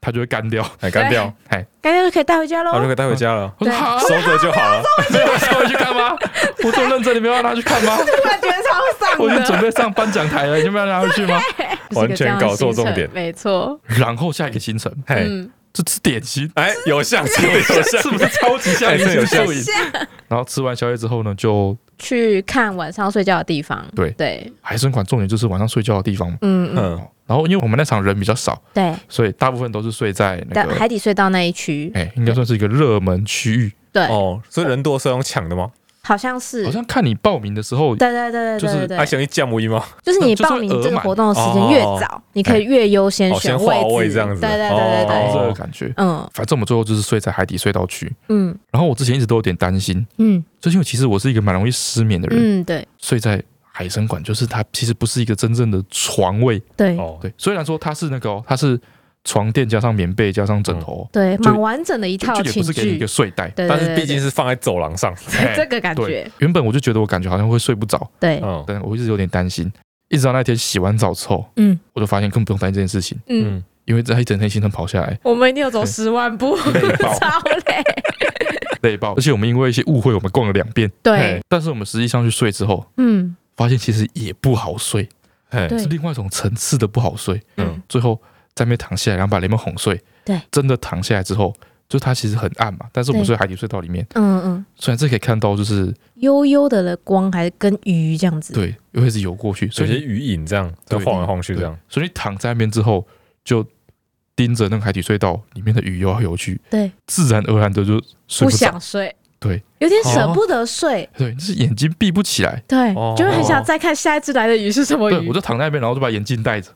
Speaker 2: 它就会干掉，
Speaker 3: 哎，干掉，
Speaker 2: 哎，
Speaker 1: 干脆就可以带回家
Speaker 3: 然后
Speaker 1: 喽
Speaker 3: 就可。以带回家了，
Speaker 2: 我说
Speaker 1: 对
Speaker 2: 好，
Speaker 3: 收着就好 了。
Speaker 2: 我收回去干嘛？我这么认真，你没有要拿去看吗？
Speaker 1: 突然觉得超丧的，
Speaker 2: 我已经准备上颁奖台了，你就没有拿回去吗？
Speaker 1: 就是一个这样的
Speaker 3: 完全搞错重点
Speaker 1: 行程没错。
Speaker 2: 然后下一个行程，
Speaker 3: 嘿，
Speaker 1: 嗯，
Speaker 2: 这是典 型，
Speaker 3: 哎，有像，真的有像，
Speaker 2: 是不是超级像
Speaker 3: 哎
Speaker 2: 明
Speaker 3: 真的
Speaker 2: 星
Speaker 3: 有像
Speaker 2: 摄影？然后吃完宵夜之后呢，就
Speaker 1: 去看晚上睡觉的地方。
Speaker 2: 对
Speaker 1: 对，
Speaker 2: 海参馆重点就是晚上睡觉的地方嘛。
Speaker 1: 嗯 嗯，
Speaker 3: 嗯，
Speaker 2: 然后因为我们那场人比较少，
Speaker 1: 对，
Speaker 2: 所以大部分都是睡在那
Speaker 1: 但
Speaker 2: 个，
Speaker 1: 海底隧道那一区，
Speaker 2: 哎，应该算是一个热门区域。
Speaker 1: 对，
Speaker 3: 哦，所以人多是用抢的吗？
Speaker 1: 好像是
Speaker 2: 好，像看你报名的时候，
Speaker 1: 对对对对对对
Speaker 3: 还
Speaker 1: 对，
Speaker 3: 啊想一降母一吗？
Speaker 1: 就是你
Speaker 2: 就是
Speaker 1: 报名这
Speaker 2: 额
Speaker 1: 个
Speaker 2: 满
Speaker 1: 活动的时间越
Speaker 3: 哦
Speaker 1: 早，你可以越优先
Speaker 3: 哦
Speaker 1: 选
Speaker 3: 先划位
Speaker 1: 置，
Speaker 3: 这样子
Speaker 1: 对对对对
Speaker 2: 这
Speaker 1: 对，
Speaker 2: 个
Speaker 3: 哦
Speaker 2: 感觉。
Speaker 1: 嗯
Speaker 2: 反正我们最后就是睡在海底隧道区。
Speaker 1: 嗯
Speaker 2: 然后我之前一直都有点担心，
Speaker 1: 嗯
Speaker 2: 就是因为其实我是一个蛮容易失眠的人，
Speaker 1: 嗯，对
Speaker 2: 睡在海参馆就是它其实不是一个真正的床位。
Speaker 1: 对
Speaker 3: 哦，
Speaker 2: 对，虽然说它是那个、哦、它是床垫加上棉被加上枕头，
Speaker 1: 对，
Speaker 2: 就
Speaker 1: 蛮完整的一
Speaker 2: 就
Speaker 1: 套
Speaker 2: 也不
Speaker 1: 情
Speaker 2: 是给你一
Speaker 1: 绪
Speaker 2: 个，睡袋。
Speaker 1: 对，对
Speaker 3: 但是毕
Speaker 1: 对
Speaker 3: 竟是放在走廊上，
Speaker 1: 对这
Speaker 2: 哎
Speaker 1: 个感
Speaker 2: 对
Speaker 1: 觉，，
Speaker 2: 原本我就觉得我感觉好像会睡不着，
Speaker 1: 对，
Speaker 3: 嗯
Speaker 2: 但我一直有点担心，一直到那天洗完澡之后，
Speaker 1: 嗯
Speaker 2: 我就发现根本不用担心这件事情，
Speaker 1: 嗯，
Speaker 3: 嗯，
Speaker 2: 因为这一整天行程跑 下来
Speaker 1: 我们一定有走十万步，
Speaker 2: 累 爆
Speaker 1: 超累，
Speaker 2: 累爆，而且我们因为一些误会，我们逛了两遍，哎
Speaker 1: 对，
Speaker 2: 但是我们实际上去睡之后，
Speaker 1: 嗯
Speaker 2: 发现其实也不好睡，
Speaker 3: 嘿，
Speaker 1: 对
Speaker 2: 是另外一种层次的不好睡。
Speaker 3: 嗯，
Speaker 2: 最后在那边躺下来，然后把雷蒙哄睡。
Speaker 1: 对，
Speaker 2: 真的躺下来之后，就它其实很暗嘛，但是我们
Speaker 1: 对
Speaker 2: 睡海底隧道里面，
Speaker 1: 嗯嗯，
Speaker 2: 虽然这可以看到，就是
Speaker 1: 悠悠的了光还跟鱼这样子，
Speaker 2: 对，又会是游过去，所
Speaker 3: 有些
Speaker 2: 以
Speaker 3: 鱼影这样，就
Speaker 2: 对
Speaker 3: 晃来晃去
Speaker 2: 对
Speaker 3: 这样，，
Speaker 2: 所以你躺在那边之后，就盯着那个海底隧道里面的鱼游来游去，
Speaker 1: 对，
Speaker 2: 自然而然的就睡
Speaker 1: 不
Speaker 2: 不着。
Speaker 1: 想睡，
Speaker 2: 对，
Speaker 1: 有点舍不得睡，
Speaker 2: 对，就是眼睛闭不起来。
Speaker 1: 对
Speaker 3: 哦，
Speaker 1: 就会很想再看下一只来的鱼是什么
Speaker 2: 对，
Speaker 1: 鱼
Speaker 2: 我，就躺在那边，然后就把眼镜戴着。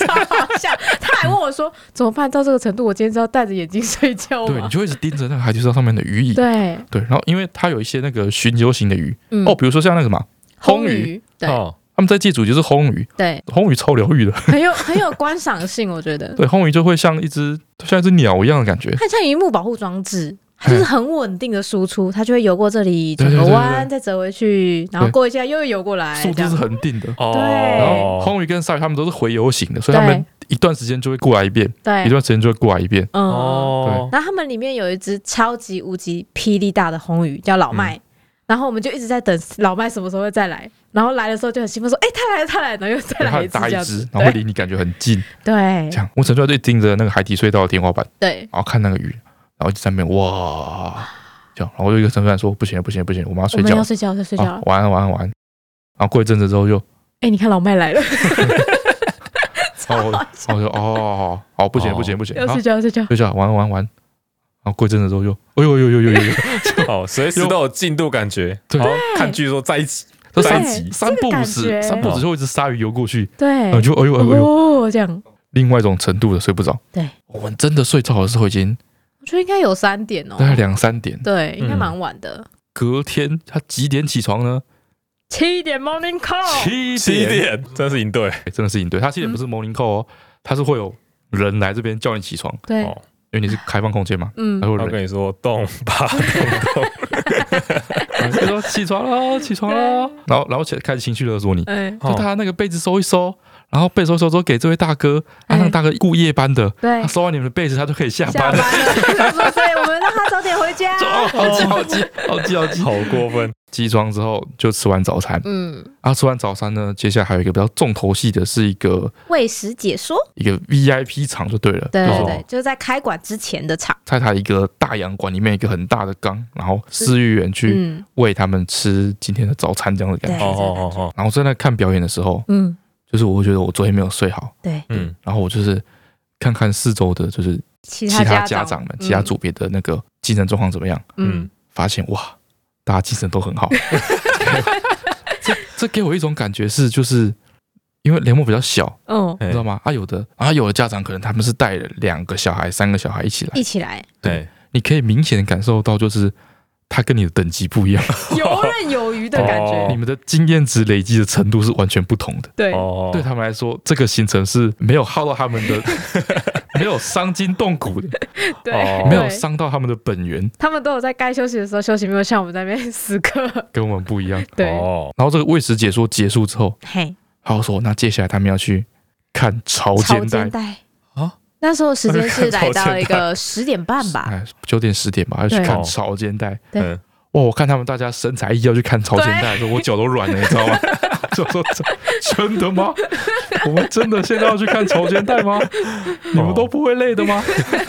Speaker 1: 超好笑。 他还问我说：“怎么办？到这个程度，我今天是要戴着眼镜睡觉
Speaker 2: 对，你
Speaker 1: 吗
Speaker 2: 就一哦直盯着那个海底隧道上面的鱼影。？”
Speaker 1: 对，
Speaker 2: 对，然后因为它有一些那个巡游型的鱼，
Speaker 1: 嗯
Speaker 2: 哦，比如说像那个什么
Speaker 1: 红
Speaker 2: 红鱼，
Speaker 1: 鱼，对
Speaker 3: 哦，
Speaker 2: 他们在界主就是红鱼，
Speaker 1: 对，
Speaker 2: 红鱼超疗愈的，
Speaker 1: 很有很有观赏性，我觉得
Speaker 2: 对，红鱼就会像一只像一只鸟一样的感觉，
Speaker 1: 它像荧幕保护装置。它就是很稳定的输出，它就会游过这里，
Speaker 2: 对
Speaker 1: 转
Speaker 2: 对
Speaker 1: 个
Speaker 2: 对对
Speaker 1: 弯，再折回去，然后
Speaker 2: 对
Speaker 1: 过一下又游过来，
Speaker 2: 速
Speaker 1: 这
Speaker 2: 度
Speaker 1: 样
Speaker 2: 是恒定的。
Speaker 3: 哦，
Speaker 2: 然
Speaker 1: 对
Speaker 2: 后红鱼跟鲨鱼他们都是回游型的，所以他们一段时间就会过来一遍，一
Speaker 1: 对，
Speaker 2: 段时间就会过来一遍。
Speaker 1: 嗯。
Speaker 3: 哦，
Speaker 1: 然后他们里面有一只超级无敌霹雳大的红鱼，叫
Speaker 2: 嗯
Speaker 1: 老麦。然后我们就一直在等老麦什么时候会再来，然后来的时候就很兴奋说：“哎、他来了，他来了！”然后又再
Speaker 2: 然后它
Speaker 1: 来一
Speaker 2: 很
Speaker 1: 次，
Speaker 2: 大
Speaker 1: 这
Speaker 2: 一
Speaker 1: 样
Speaker 2: 只
Speaker 1: 子，。
Speaker 2: 然后会离你感觉很近，
Speaker 1: 对
Speaker 2: 这样。我陈川就盯着那个海底隧道的天花板，
Speaker 1: 对，
Speaker 2: 然后看那个鱼，然后就在那边哇，这样。然后我就一个陈川说：“不行了，不行了，不行了，我们要
Speaker 1: 我
Speaker 2: 睡
Speaker 1: 们
Speaker 2: 觉
Speaker 1: 要
Speaker 2: 了，
Speaker 1: 睡觉了，要睡觉了
Speaker 2: 啊，。晚安，晚安，晚安。”然后过一阵子之 后就，
Speaker 1: 哎、你看老麦来了，
Speaker 2: 然后我然后我就哦，好，不行了，不行了，不行了，
Speaker 1: 要
Speaker 2: 然后
Speaker 1: 睡觉，要睡觉。
Speaker 2: 睡觉，玩玩玩。然后过一阵子之后就，哎呦呦呦呦呦呦，
Speaker 1: 嗯
Speaker 3: 哦，随时都有进度感觉，
Speaker 2: 对
Speaker 3: 好像看剧说在一起，
Speaker 2: 这
Speaker 3: 对
Speaker 2: 三
Speaker 1: 这个
Speaker 2: 三不五时，
Speaker 1: 感觉
Speaker 2: 三不五时就会一只鲨鱼游过去，
Speaker 1: 对
Speaker 2: 然后，就哎呦哎呦哎呦，
Speaker 1: 哦，这样，
Speaker 2: 另外一种程度的睡不着。
Speaker 1: 对，
Speaker 2: 我们真的睡着的时候已经
Speaker 1: 我觉得应该有三点哦
Speaker 2: 大。概两三点，
Speaker 1: 对，应该
Speaker 3: 嗯
Speaker 1: 蛮晚的。
Speaker 2: 隔天他几点起床呢？
Speaker 1: 七点 morning call，
Speaker 2: 七
Speaker 3: 七，点，真是赢对，
Speaker 2: 哎真的是应对，他七点
Speaker 1: 嗯
Speaker 2: 不是 morning call 哦，他是会有人来这边叫你起床，
Speaker 1: 对，
Speaker 3: 哦
Speaker 2: 因为你是开放空间嘛，
Speaker 1: 嗯
Speaker 2: 他，会有
Speaker 3: 他
Speaker 2: 人
Speaker 3: 跟你说动吧，动动，
Speaker 2: 他哎说起床了，起床了，然后然后开始情绪勒索你，
Speaker 1: 哎，
Speaker 2: 就
Speaker 3: 哦
Speaker 2: 他那个被子收一收，然后被子收一收之后给这位大哥，
Speaker 1: 哎
Speaker 2: 啊，那个大哥雇夜班的，
Speaker 1: 对
Speaker 2: 他，收完你们的被子，他就可以下
Speaker 1: 下班
Speaker 2: 班
Speaker 1: 了，
Speaker 2: 了。
Speaker 1: 所以我们让他早点回 家。
Speaker 2: 哦，好急，好急，好急，好急！
Speaker 3: 好过分，
Speaker 2: 起床之后就吃完早餐，
Speaker 1: 嗯，
Speaker 2: 啊，吃完早餐呢，接下来还有一个比较重头戏的是一个
Speaker 1: 喂食解说，
Speaker 2: 一个 VIP 场就对了，
Speaker 1: 对
Speaker 2: 就
Speaker 1: 对
Speaker 2: 是说
Speaker 1: 对，就是在开馆之前的场，
Speaker 2: 在它一个大洋馆里面一个很大的缸，然后饲育员去
Speaker 1: 嗯
Speaker 2: 喂他们吃今天的早餐这样的感觉。
Speaker 3: 哦哦哦哦，
Speaker 2: 然后在那看表演的时候，
Speaker 1: 嗯，
Speaker 2: 就是我会觉得我昨天没有睡好，
Speaker 1: 对，
Speaker 3: 嗯，
Speaker 2: 然后我就是看看四周的，就是
Speaker 1: 其
Speaker 2: 其他家
Speaker 1: 家
Speaker 2: 长们、
Speaker 1: 嗯
Speaker 2: 其他组别的那个精神状况怎么样，
Speaker 1: 嗯
Speaker 3: 嗯，
Speaker 2: 发现哇，大家精神都很好。这这给我一种感觉是，就是因为联盟比较小，
Speaker 6: 哦
Speaker 1: 嗯，
Speaker 2: 你知道
Speaker 3: 吗？
Speaker 2: 吗？啊，有的啊，有的家长可能他们是带了两个小孩、三个小孩一起来，
Speaker 1: 一起来，
Speaker 3: 对，
Speaker 2: 你可以明显地感受到，就是他跟你的等级不一样，
Speaker 6: 游刃有余的感
Speaker 3: 哦
Speaker 6: 觉。
Speaker 2: 你们的经验值累积的程度是完全不同的。
Speaker 6: 对，
Speaker 3: 哦，
Speaker 2: 对他们来说，这个行程是没有耗到他们的，没有伤筋动骨的，
Speaker 6: 对，
Speaker 3: 哦
Speaker 2: 没有
Speaker 6: 对
Speaker 2: 伤到他们的本源，
Speaker 6: 他们都有在该休息的时候休息，没有像我们在那边死磕。
Speaker 2: 跟我们不一样。
Speaker 6: 对，
Speaker 3: 哦，
Speaker 2: 然后这个喂食解说结束之后，
Speaker 1: 嘿，
Speaker 2: 他又说，那接下来他们要去看潮
Speaker 1: 超
Speaker 2: 间
Speaker 1: 肩
Speaker 2: 带。
Speaker 1: 带
Speaker 2: 啊。
Speaker 1: 那时候时间是来
Speaker 3: 超
Speaker 1: 到一
Speaker 3: 肩带
Speaker 1: 个十点半吧，
Speaker 2: 哎，九点十点吧，要去
Speaker 6: 对
Speaker 2: 看
Speaker 3: 哦
Speaker 2: 潮间带。
Speaker 1: 对
Speaker 3: 嗯，
Speaker 2: 哇，我看他们大家身材一要去看潮间带，说我脚都软了，你知道吗？ 就说真的吗？我们真的现在要去看潮间带 吗？你
Speaker 3: 哦
Speaker 2: 们都不会累的吗？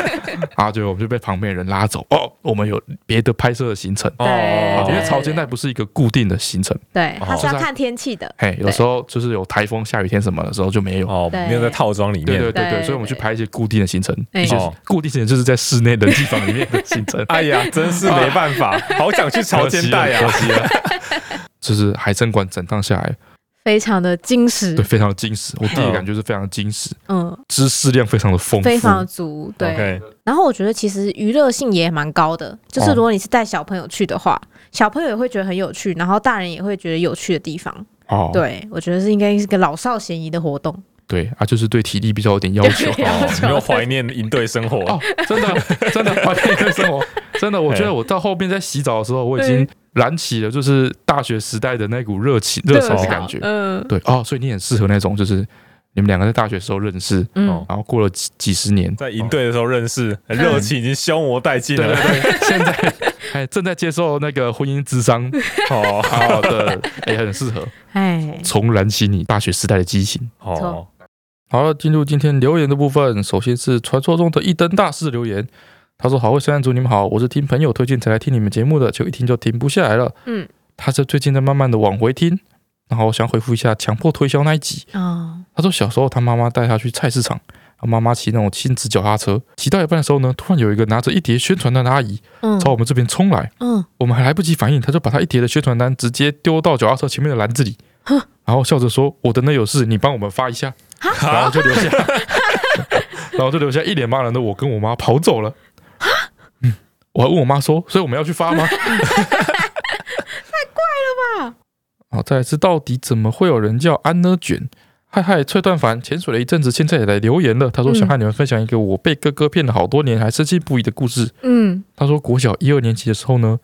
Speaker 2: 啊，对，我们就被旁边人拉走。哦，我们有别的拍摄的行程。
Speaker 3: 哦
Speaker 6: 对
Speaker 2: 啊，因为
Speaker 6: 对
Speaker 2: 潮间带不是一个固定的行程，
Speaker 1: 对，
Speaker 3: 哦
Speaker 1: 他是要
Speaker 2: 就是他
Speaker 1: 看天气的，
Speaker 2: 嘿，有时候就是有台风、下雨天什么的时候就没有。
Speaker 3: 哦，
Speaker 1: 对
Speaker 3: 没有在套装里
Speaker 2: 对对
Speaker 3: 面。
Speaker 2: 对
Speaker 6: 对
Speaker 2: 对，所以我们去拍一些固定的行程，
Speaker 6: 哎
Speaker 2: 一些
Speaker 3: 哦
Speaker 2: 固定行程就是在室内冷气房里面的
Speaker 3: 。
Speaker 2: 行程
Speaker 3: 哎呀，真是没办 法，好想去潮间带啊呀
Speaker 2: 可！惜了， 可惜了就是海参馆整趟下来，
Speaker 6: 非常的矜持
Speaker 2: 对，，非常的惊喜。我第一
Speaker 3: 嗯
Speaker 2: 个感觉是非常惊喜，
Speaker 1: 嗯，
Speaker 2: 知识量非常的丰富，
Speaker 1: 非常足，对。
Speaker 3: OK，
Speaker 1: 然后我觉得其实娱乐性也蛮高的，就是
Speaker 2: 哦
Speaker 1: 如果你是带小朋友去的话，小朋友也会觉得很有趣，然后大人也会觉得有趣的地方。
Speaker 2: 哦，
Speaker 1: 对，我觉得是应该是个老少咸宜的活动。
Speaker 2: 对啊，就是对体力比较有点要求。
Speaker 6: 对
Speaker 2: 哦
Speaker 6: 要
Speaker 3: 哦
Speaker 6: 求
Speaker 3: 没有怀念营队生活
Speaker 2: 哦，真的， 真的，怀念生活，真的，我觉得我到后面在洗澡的时候，我已经燃起了就是大学时代的那股热情、热潮的感觉。
Speaker 6: 嗯，
Speaker 2: 对哦，所以你很适合那种，就是你们两个在大学时候认识，
Speaker 1: 嗯
Speaker 3: 哦，
Speaker 2: 然后过了几几十年，
Speaker 3: 在营队的时候认识，热情已经消磨殆尽
Speaker 2: 对对
Speaker 3: 了。
Speaker 2: 对， 现在哎正在接受那个婚姻智商，
Speaker 3: 哦
Speaker 2: 好的，也很适合
Speaker 1: 哎，
Speaker 2: 重燃起你大学时代的激情。
Speaker 3: 哦，
Speaker 2: 好了，进入今天留言的部分，首先是传说中的一灯大师留言。他说：“好，位三人组，你们好，我是听朋友推荐才来听你们节目的，就一听就停不下来了。
Speaker 6: 嗯，
Speaker 2: 他是最近在慢慢的往回听，然后我想回复一下强迫推销那一集。
Speaker 1: 哦，
Speaker 2: 他说小时候他妈妈带他去菜市场，他妈妈骑那种亲子脚踏车，骑到一半的时候呢，突然有一个拿着一叠宣传单的阿姨
Speaker 1: 嗯
Speaker 2: 朝我们这边冲来，
Speaker 1: 嗯，
Speaker 2: 我们还来不及反应，他就把他一叠的宣传单直接丢到脚踏车前面的篮子里，然后笑着说：“我等等有事，你帮我们发一下。”然后就留下， 然后就留下一脸骂人的我跟我妈跑走了。嗯，我还问我妈说：“所以我们要去发吗？”太怪了
Speaker 1: 吧！
Speaker 2: 好，再来是到底怎么会有人叫安呢卷？嗨嗨，翠断凡潜水了一阵子，现在也来留言了。他说想和你们分享一个我被哥哥骗了好多年还生气不已的故事。
Speaker 6: 嗯，
Speaker 2: 他说国小一二年级的时候呢，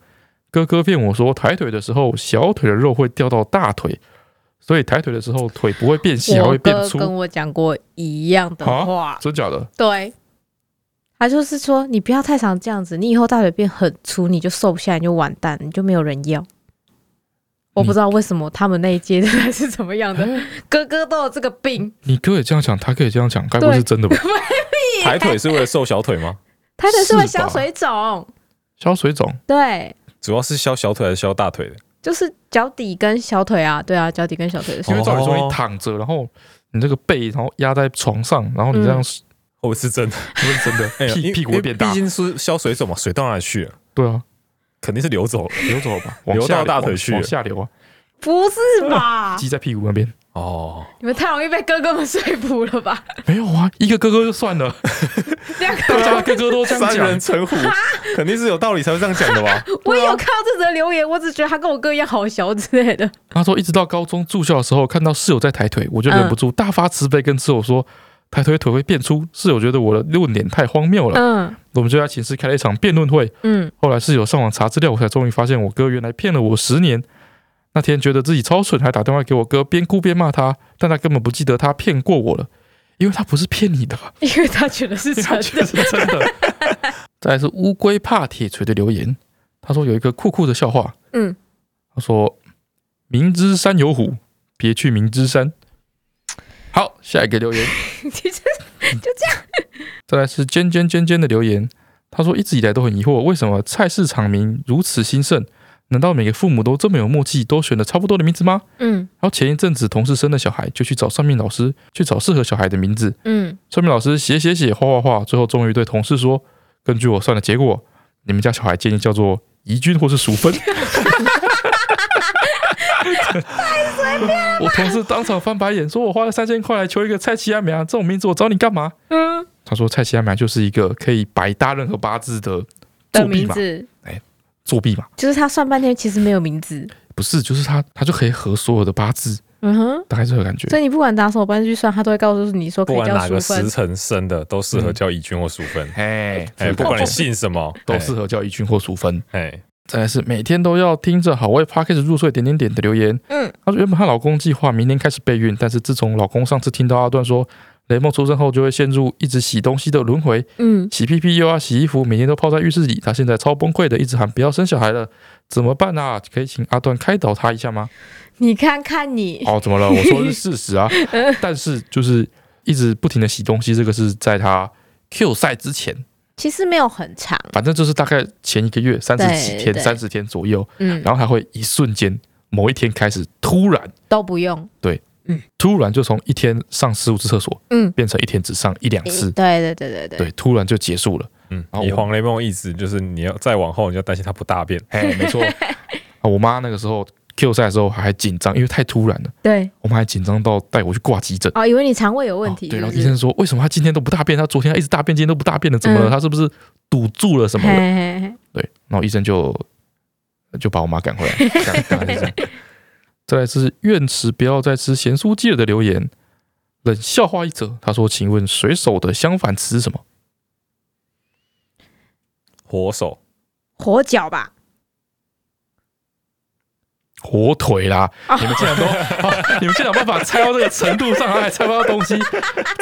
Speaker 2: 哥哥骗我说抬腿的时候小腿的肉会掉到大腿，所以抬腿的时候腿不会变细，还
Speaker 6: 我
Speaker 2: 会变
Speaker 6: 哥
Speaker 2: 粗。
Speaker 6: 跟我讲过一样的
Speaker 2: 啊
Speaker 6: 话，
Speaker 2: 真假的？
Speaker 6: 对，
Speaker 1: 他就是说你不要太常这样子，你以后大腿变很粗，你就瘦不下来，你就完蛋，你就没有人要。我不知道
Speaker 2: 嗯
Speaker 1: 为什么他们那一届的人是怎么样的，
Speaker 2: 啊
Speaker 1: 哥哥都有这个病，
Speaker 2: 你哥也这样讲，他哥也这样讲，该不会是 真的吧？
Speaker 3: 抬腿是为了瘦小腿吗？
Speaker 1: 他的是会
Speaker 2: 是吧
Speaker 1: 消水肿，
Speaker 2: 消水肿，
Speaker 3: 哦
Speaker 1: 对，
Speaker 3: 主要是消小腿还是消大腿的？
Speaker 1: 就是脚底跟小腿啊，对啊，脚底跟小腿的时
Speaker 2: 因
Speaker 1: 候
Speaker 2: 为
Speaker 3: 哦
Speaker 2: 照理说你躺着，然后你这个背，然后压在床上，然后你
Speaker 6: 嗯
Speaker 2: 这样是
Speaker 3: 会不会是真的？
Speaker 2: 不是真
Speaker 3: 哎
Speaker 2: 的？
Speaker 3: 呀
Speaker 2: 屁
Speaker 3: 因
Speaker 2: 屁股会变大
Speaker 3: 毕？竟是消水肿嘛，水到哪里去了？
Speaker 2: 对啊，
Speaker 3: 肯定是流走了。
Speaker 2: 流走吧，
Speaker 3: 流
Speaker 2: 往下
Speaker 3: 到大腿
Speaker 2: 往
Speaker 3: 去
Speaker 2: 往下流啊，
Speaker 1: 不是吧？
Speaker 2: 积在屁股那边。
Speaker 3: 哦，
Speaker 6: 你们太容易被哥哥们说服了吧？
Speaker 2: 没有啊，一个哥哥就算了，
Speaker 6: 两
Speaker 2: 大家哥哥都这样
Speaker 3: 三人
Speaker 2: 讲。
Speaker 3: 成虎，肯定是有道理才会这样讲的吧？
Speaker 6: 我也有看到这则留言，我只觉得他跟我哥一样好小之类的。
Speaker 2: 他说一直到高中住校的时候，看到室友在抬腿，我就忍不住大发慈悲，跟室友说抬腿腿会变粗。室友觉得我的论点太荒谬了，
Speaker 6: 嗯
Speaker 2: 我们就在寝室开了一场辩论会。
Speaker 6: 嗯，
Speaker 2: 后来室友上网查资料，我才终于发现我哥原来骗了我十年。那天觉得自己超蠢，还打电话给我哥，边哭边骂他，但他根本不记得他骗过我了，因为他不是骗你的，
Speaker 6: 因为他觉得是真
Speaker 2: 他觉得
Speaker 6: 的。
Speaker 2: 是真的。再来是乌龟怕铁锤的留言，他说有一个酷酷的笑话，
Speaker 6: 嗯，
Speaker 2: 他说明知山有虎，别去明知山。好，下一个留言。
Speaker 6: 其实
Speaker 2: 再来是尖尖尖尖的留言，他说一直以来都很疑惑，为什么菜市场名如此兴盛？难道每个父母都这么有默契，都选了差不多的名字吗？
Speaker 6: 嗯
Speaker 2: 然后前一阵子同事生了小孩，就去找算命老师，去找适合小孩的名字。
Speaker 6: 嗯，
Speaker 2: 算命老师写写写，画画画，最后终于对同事说：“根据我算的结果，你们家小孩建议叫做宜君或是淑芬。” 我同事当场翻白眼，说我花了三千块来求一个蔡奇亚美啊，这种名字我找你干嘛？
Speaker 6: 嗯
Speaker 2: 他说蔡奇亚美啊就是一个可以百搭任何八字的
Speaker 6: 的
Speaker 2: 作弊
Speaker 6: 名
Speaker 2: 嘛，
Speaker 6: 字，
Speaker 2: 作弊嘛，
Speaker 6: 就是他算半天其实没有名字。
Speaker 2: 不是，就是他他就可以合所有的八字，
Speaker 6: 嗯哼，
Speaker 2: 大概这个感觉。
Speaker 6: 所以你不管打什么班去算，他都会告诉你说可
Speaker 3: 不
Speaker 6: 以
Speaker 3: 管
Speaker 6: 叫
Speaker 3: 哪
Speaker 6: 淑
Speaker 3: 个时
Speaker 6: 芬。
Speaker 3: 辰生的，都适合
Speaker 2: 嗯
Speaker 3: 叫乙君或淑芬。
Speaker 2: 哎
Speaker 6: 嗯
Speaker 3: 哎，不管你姓什么，
Speaker 2: 都适合叫一群或淑芬。
Speaker 3: 哎。
Speaker 2: 再来是每天都要听着好味 p a c k a g e 入睡点点点的留言。
Speaker 1: 嗯，
Speaker 2: 她说原本和老公计划明天开始备孕，但是自从老公上次听到阿段说雷梦出生后就会陷入一直洗东西的轮回，
Speaker 6: 嗯，
Speaker 2: 洗屁屁又要洗衣服，每天都泡在浴室里，她现在超崩溃的，一直喊不要生小孩了，怎么办啊？可以请阿段开导她一 下吗？
Speaker 6: 你看看你，
Speaker 2: 哦，怎么了？我说的是事实啊，但是就是一直不停的洗东西，这个是在她 Q 赛之前，
Speaker 1: 其实没有很长，
Speaker 2: 反正就是大概前一个月三十几
Speaker 1: 对
Speaker 2: 天、
Speaker 1: 对
Speaker 2: 三十天左右，
Speaker 1: 嗯，
Speaker 3: 哦
Speaker 2: 然后他会一瞬间某一天开始突然
Speaker 1: 都不用，
Speaker 2: 突然就从一天上十五次厕所，
Speaker 1: 嗯
Speaker 2: 变成一天只上一两次，
Speaker 1: 对对对对对，
Speaker 2: 对，突然就结束了。
Speaker 3: 嗯
Speaker 2: 然后，我
Speaker 3: 以黄雷梦意思就是你要再往后，你就担心他不大便。
Speaker 2: 哎，没错。啊我妈那个时候 Q 赛的时候还紧张，因为太突然了，
Speaker 1: 对，
Speaker 2: 我妈还紧张到带我去挂急诊。
Speaker 1: 哦，以为你肠胃有问题，
Speaker 3: 哦
Speaker 2: 对，
Speaker 1: 是
Speaker 2: 然
Speaker 1: 不
Speaker 2: 后医
Speaker 1: 是
Speaker 2: 生说，为什么她今天都不大便？她昨天一直大便，今天都不大便了，怎么了？
Speaker 1: 嗯
Speaker 2: 她是不是堵住了什么
Speaker 1: 嘿
Speaker 2: 的？
Speaker 1: 嘿嘿，
Speaker 2: 对，然后医生就就把我妈赶回 来，赶赶回来。再来是院池不要再吃咸酥鸡了的留言，冷笑话一则。他说：“请问水手的相反词是什么
Speaker 3: 火手
Speaker 1: 火脚吧，？”
Speaker 2: 火腿啦！你们竟 然都、啊你们竟然有办法猜到这个程度上，还猜不到东西，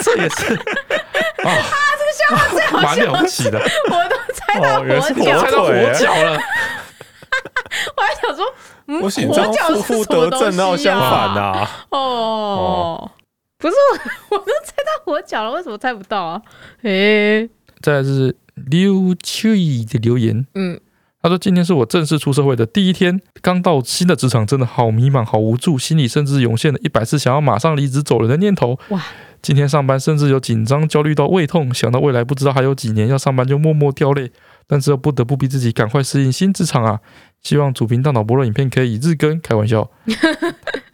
Speaker 2: 这也是啊，这个笑话蛮了不起 的，
Speaker 6: 我都猜到
Speaker 3: 哦，原来是
Speaker 6: 火
Speaker 3: 火
Speaker 6: 脚，
Speaker 2: 猜到
Speaker 3: 腿
Speaker 2: 火
Speaker 3: 欸
Speaker 2: 脚了。
Speaker 6: 我还想说，嗯，
Speaker 3: 我
Speaker 6: 火
Speaker 3: 紧张
Speaker 6: 脚
Speaker 3: 负
Speaker 6: 是什
Speaker 3: 负
Speaker 6: 么
Speaker 3: 得
Speaker 6: 东
Speaker 3: 正，然后
Speaker 6: 西
Speaker 3: 相反
Speaker 6: 啊
Speaker 3: 呐、
Speaker 6: 哦，不是我， 我都猜到火脚了，为什么猜不到啊？诶、
Speaker 2: 再来是溜去的留言，
Speaker 1: 嗯，
Speaker 2: 他说今天是我正式出社会的第一天，刚到新的职场，真的好迷茫、好无助，心里甚至涌现了一百次想要马上离职走人的念头。
Speaker 6: 哇！
Speaker 2: 今天上班甚至有紧张、焦虑到胃痛，想到未来不知道还有几年要上班，就默默掉泪。但是又不得不逼自己赶快适应新职场啊！希望主频大脑薄弱影片可以日更，开玩笑。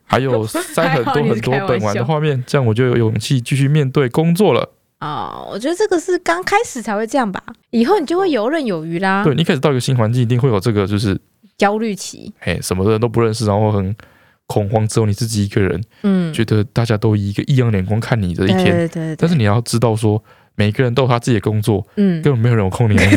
Speaker 2: 还有塞很多很多本玩的画面，这样我就有勇气继续面对工作了。
Speaker 1: 哦，我觉得这个是刚开始才会这样吧，以后你就会游刃有余啦，
Speaker 2: 对你一开始到一个新环境，一定会有这个，就是
Speaker 1: 焦虑期，
Speaker 2: 哎，什么人都不认识，然后很恐慌，只有你自己一个人，
Speaker 1: 嗯，
Speaker 2: 觉得大家都以一个异样眼光看你的一
Speaker 1: 对
Speaker 2: 天。
Speaker 1: 对对
Speaker 2: 但
Speaker 1: 对，
Speaker 2: 是你要知道说，每个人都有他自己的工作，
Speaker 1: 嗯，
Speaker 2: 根本没有人有空理 你，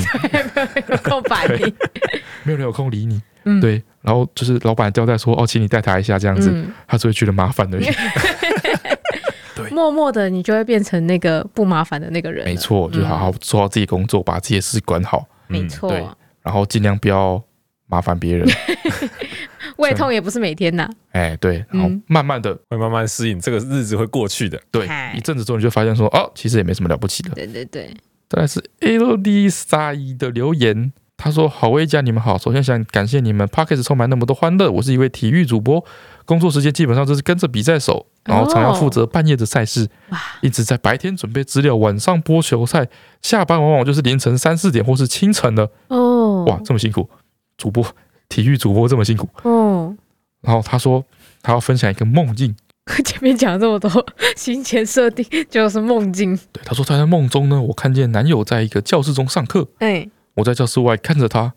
Speaker 6: 有空白你，
Speaker 2: 没有人有空理你。
Speaker 1: 嗯
Speaker 2: 对，然后就是老板交代说，哦，请你带他一下这样子，
Speaker 1: 嗯，
Speaker 2: 他只会觉得 麻烦而已。
Speaker 6: 默默的你就会变成那个不麻烦的那个人了。
Speaker 2: 没错，就好好
Speaker 1: 嗯
Speaker 2: 做好自己工作，把自己的事管好，
Speaker 1: 没
Speaker 3: 嗯
Speaker 1: 错，
Speaker 2: 对然后尽量不要麻烦别 人。
Speaker 6: 胃痛也不是每天呐、
Speaker 2: 哎，对，然后
Speaker 6: 嗯
Speaker 2: 慢慢的，
Speaker 3: 会慢慢适应，这个日子会过去的。
Speaker 2: 对，
Speaker 1: 嗨
Speaker 2: 一阵子之后你就发现说，哦，其实也没什么了不起的。
Speaker 1: 对对对，
Speaker 2: 再来是 L D 沙伊的留言，他说：“好威家，你们好，首先想感谢你们 p a c k a g e 充满那么多欢乐。我是一位体育主播，工作时间基本上就是跟着比赛手，然后常要负责半夜的赛事，
Speaker 1: 哦哇
Speaker 2: 一直在白天准备资料，晚上播球赛，下班往往就是凌晨三四点或是清晨了。
Speaker 1: 哦，
Speaker 2: 哇，这么辛苦，主播，体育主播这么辛苦。
Speaker 1: 哦，
Speaker 2: 然后他说他要分享一个梦境，
Speaker 6: 前面讲了这么多金钱设定，就是梦境。
Speaker 2: 对，他说他在梦中呢，我看见男友在一个教室中上课，
Speaker 1: 哎，
Speaker 2: 我在教室外看着他，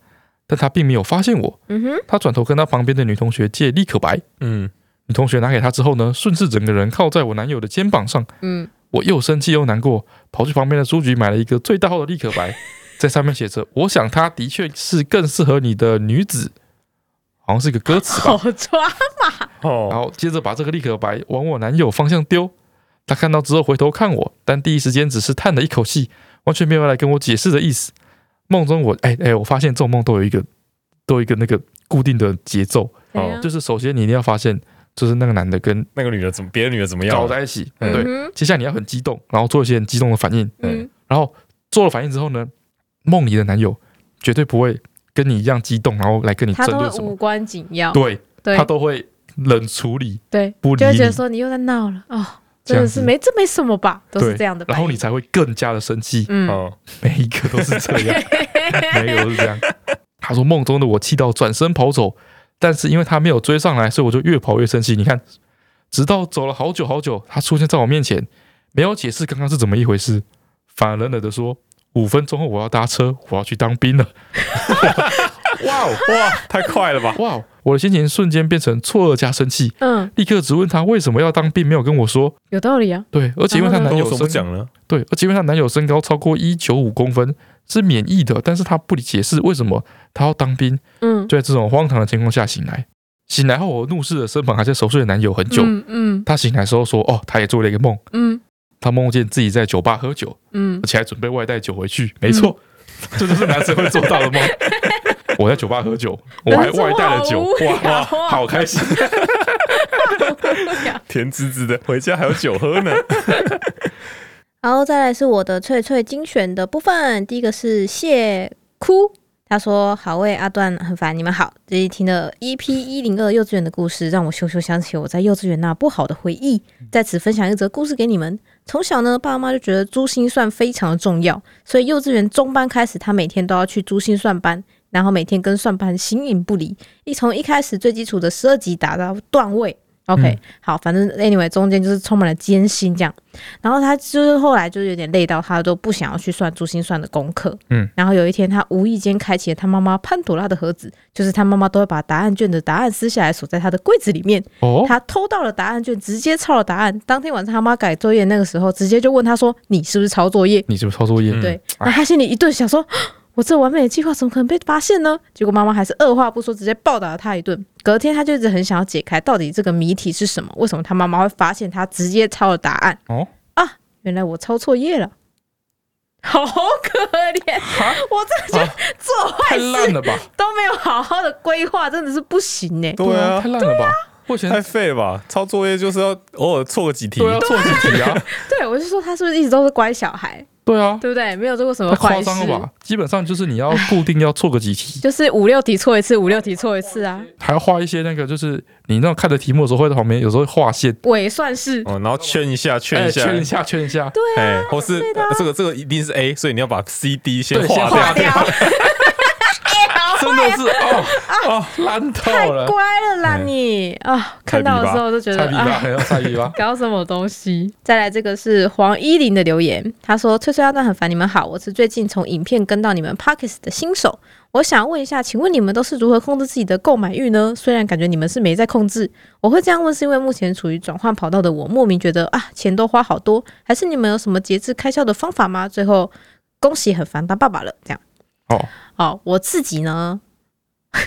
Speaker 2: 但他并没有发现我。”
Speaker 1: 嗯哼，
Speaker 2: 他转头跟他旁边的女同学借立可白，
Speaker 3: 嗯，
Speaker 2: 女同学拿给他之后呢，顺势整个人靠在我男友的肩膀上，
Speaker 1: 嗯，
Speaker 2: 我又生气又难过，跑去旁边的书局买了一个最大号的立可白， 在上面写着“我想她的确是更适合你的女子”，好像是一个歌词
Speaker 1: 哦
Speaker 2: 吧。
Speaker 6: 好抓，
Speaker 2: 然
Speaker 3: 哦，
Speaker 2: 后接着把这个立可白往我男友方向丢，他看到之后回头看我，但第一时间只是叹了一口气，完全没有来跟我解释的意思。梦中我哎哎，我发现这种梦都有一个都有一个那个固定的节奏，
Speaker 6: 怎样
Speaker 2: 就是首先你一定要发现，就是那个男的跟
Speaker 3: 那个女的怎么，别的女的怎么样
Speaker 2: 搞
Speaker 3: 了？
Speaker 2: 在一起，
Speaker 3: 嗯
Speaker 2: 对。
Speaker 1: 嗯
Speaker 2: 接下来你要很激动，然后做一些很激动的反应，
Speaker 3: 嗯
Speaker 6: 嗯，
Speaker 2: 然后做了反应之后呢，梦里的男友绝对不会跟你一样激动，然后来跟你
Speaker 6: 他
Speaker 2: 争
Speaker 6: 都
Speaker 2: 论
Speaker 6: 会
Speaker 2: 什
Speaker 6: 无
Speaker 2: 么，
Speaker 6: 关紧要，
Speaker 2: 对
Speaker 6: 对
Speaker 2: 他都会冷处理，
Speaker 6: 对，
Speaker 2: 不理
Speaker 6: 就会觉得
Speaker 2: 你，
Speaker 6: 说你又在闹了哦，
Speaker 2: 这
Speaker 6: 真
Speaker 2: 样
Speaker 6: 的
Speaker 2: 子
Speaker 6: 是没这没什么吧，都
Speaker 2: 对
Speaker 6: 是这样的反
Speaker 2: 然
Speaker 6: 应。
Speaker 2: 后你才会更加的生气，
Speaker 6: 嗯，
Speaker 3: 哦，
Speaker 2: 每一 个都是这样，每一个都是这样。他说梦中的我气到转身跑走，但是因为他没有追上来，所以我就越跑越生气。你看，直到走了好久好久，他出现在我面前，没有解释刚刚是怎么一回事，反而冷冷的说：“五分钟后我要搭车，我要去当兵了。
Speaker 6: 嗯
Speaker 3: 哇哦哇，太快了吧”！
Speaker 2: 哇，我的心情瞬间变成错愕加生气，
Speaker 6: 嗯，
Speaker 2: 立刻质问他为什么要当兵，没有跟我说。
Speaker 6: 有道理啊。
Speaker 2: 对，而且因为她
Speaker 6: 然
Speaker 2: 男
Speaker 3: 那为
Speaker 2: 友
Speaker 3: 什么不
Speaker 2: 身
Speaker 3: 讲呢？
Speaker 2: 对，而且因为她男友身高超过一九五公分是免疫的，但是她不理解是为什么她要当兵，
Speaker 6: 嗯，
Speaker 2: 就在这种荒唐的情况下醒来。醒来后，我怒视着身旁还在熟睡的男友很久。
Speaker 6: 嗯嗯
Speaker 2: 她醒来的时候说：“哦，她也做了一个梦，
Speaker 6: 嗯
Speaker 2: 她梦见自己在酒吧喝酒，
Speaker 6: 嗯
Speaker 2: 而，且还准备外带酒回去。”
Speaker 1: 嗯
Speaker 2: 没错，这就是男生会做到 的梦。我在酒吧喝酒，我还外带了酒，
Speaker 6: 人 生好无聊
Speaker 2: 哇哇，好开心！
Speaker 6: 啊
Speaker 3: 甜滋滋的，回家还有酒喝呢。
Speaker 1: 然后再来是我的翠翠精选的部分，第一个是谢哭，他说：“好喂，阿段很烦，你们好。最近听了 EP 一零二幼稚园的故事，让我羞羞想起我在幼稚园那不好的回忆，在此分享一则故事给你们。从小呢，爸妈就觉得珠心算非常的重要，所以幼稚园中班开始，他每天都要去珠心算班，然后每天跟算班形影不离，一从一开始最基础的十二级打到段位。OK，、
Speaker 2: 嗯
Speaker 1: 好，反正 anyway 中间就是充满了艰辛这样。”然后他就是后来就是有点累到他都不想要去算珠心算的功课，
Speaker 2: 嗯，
Speaker 1: 然后有一天他无意间开启了他妈妈潘朵拉的盒子，就是他妈妈都会把答案卷的答案撕下来锁在他的柜子里面，
Speaker 2: 哦，
Speaker 1: 他偷到了答案卷，直接抄了答案。当天晚上他妈改作业那个时候，直接就问他说：“你是不是抄作业？”
Speaker 2: 你是不是抄作业？
Speaker 3: 嗯
Speaker 1: 对，然后他心里一顿想说，我这完美的计划怎么可能被发现呢？结果妈妈还是二话不说，直接暴打了他一顿。隔天他就一直很想要解开到底这个谜题是什么，为什么他妈妈会发现他直接抄了答案？
Speaker 2: 哦
Speaker 1: 啊，原来我抄错页了。好可怜，
Speaker 2: 哈，
Speaker 1: 我这就
Speaker 2: 啊
Speaker 1: 做坏
Speaker 2: 太烂
Speaker 1: 事
Speaker 2: 了吧！
Speaker 1: 都没有好好的规划，真的是不行呢、欸
Speaker 3: 对啊
Speaker 2: 哎太，烂了吧！我以前
Speaker 3: 太废了吧！抄作业就是要偶尔错个几题
Speaker 2: 对，啊，错几题啊，
Speaker 1: 对，我就说他是不是一直都是乖小孩，
Speaker 2: 对啊，
Speaker 1: 对不对？没有做过什么
Speaker 2: 太
Speaker 1: 坏
Speaker 2: 夸
Speaker 1: 事，
Speaker 2: 张了吧？基本上就是你要固定要错个几题，
Speaker 1: 就是五六题错一次，五六题错一次啊，
Speaker 2: 还要画一些那个，就是你那种看着题目的时候会在旁边有时候会画线，
Speaker 1: 尾算是。
Speaker 3: 哦，然后圈一下，圈
Speaker 2: 哎
Speaker 3: 一下，
Speaker 2: 圈一下，圈一下，
Speaker 3: 哎，或是呃这个这个一定是 A，所以你要把 C、D 先
Speaker 2: 对先
Speaker 3: 划
Speaker 2: 划
Speaker 3: 掉。
Speaker 1: 掉，
Speaker 2: 真的是哦哦，烂透
Speaker 1: 太
Speaker 2: 了，
Speaker 1: 乖了啦你啊！
Speaker 3: 太
Speaker 1: 看
Speaker 3: 逼
Speaker 1: 到
Speaker 3: 吧
Speaker 1: 的时候就觉
Speaker 2: 哎菜
Speaker 1: 得
Speaker 2: 逼吧，
Speaker 1: 啊，，
Speaker 2: 还要菜逼吧
Speaker 1: 搞什么东西？再来这个是黄依林的留言，他说：“翠翠阿蛋很烦你们好，我是最近从影片跟到你们 Pockets 的新手，我想问一下，请问你们都是如何控制自己的购买欲呢？虽然感觉你们是没在控制，我会这样问是因为目前处于转换跑道的我，莫名觉得啊，钱都花好多，还是你们有什么节制开销的方法吗？最后，恭喜很烦当爸爸了，这样
Speaker 2: 哦，
Speaker 1: 哦，我自己呢，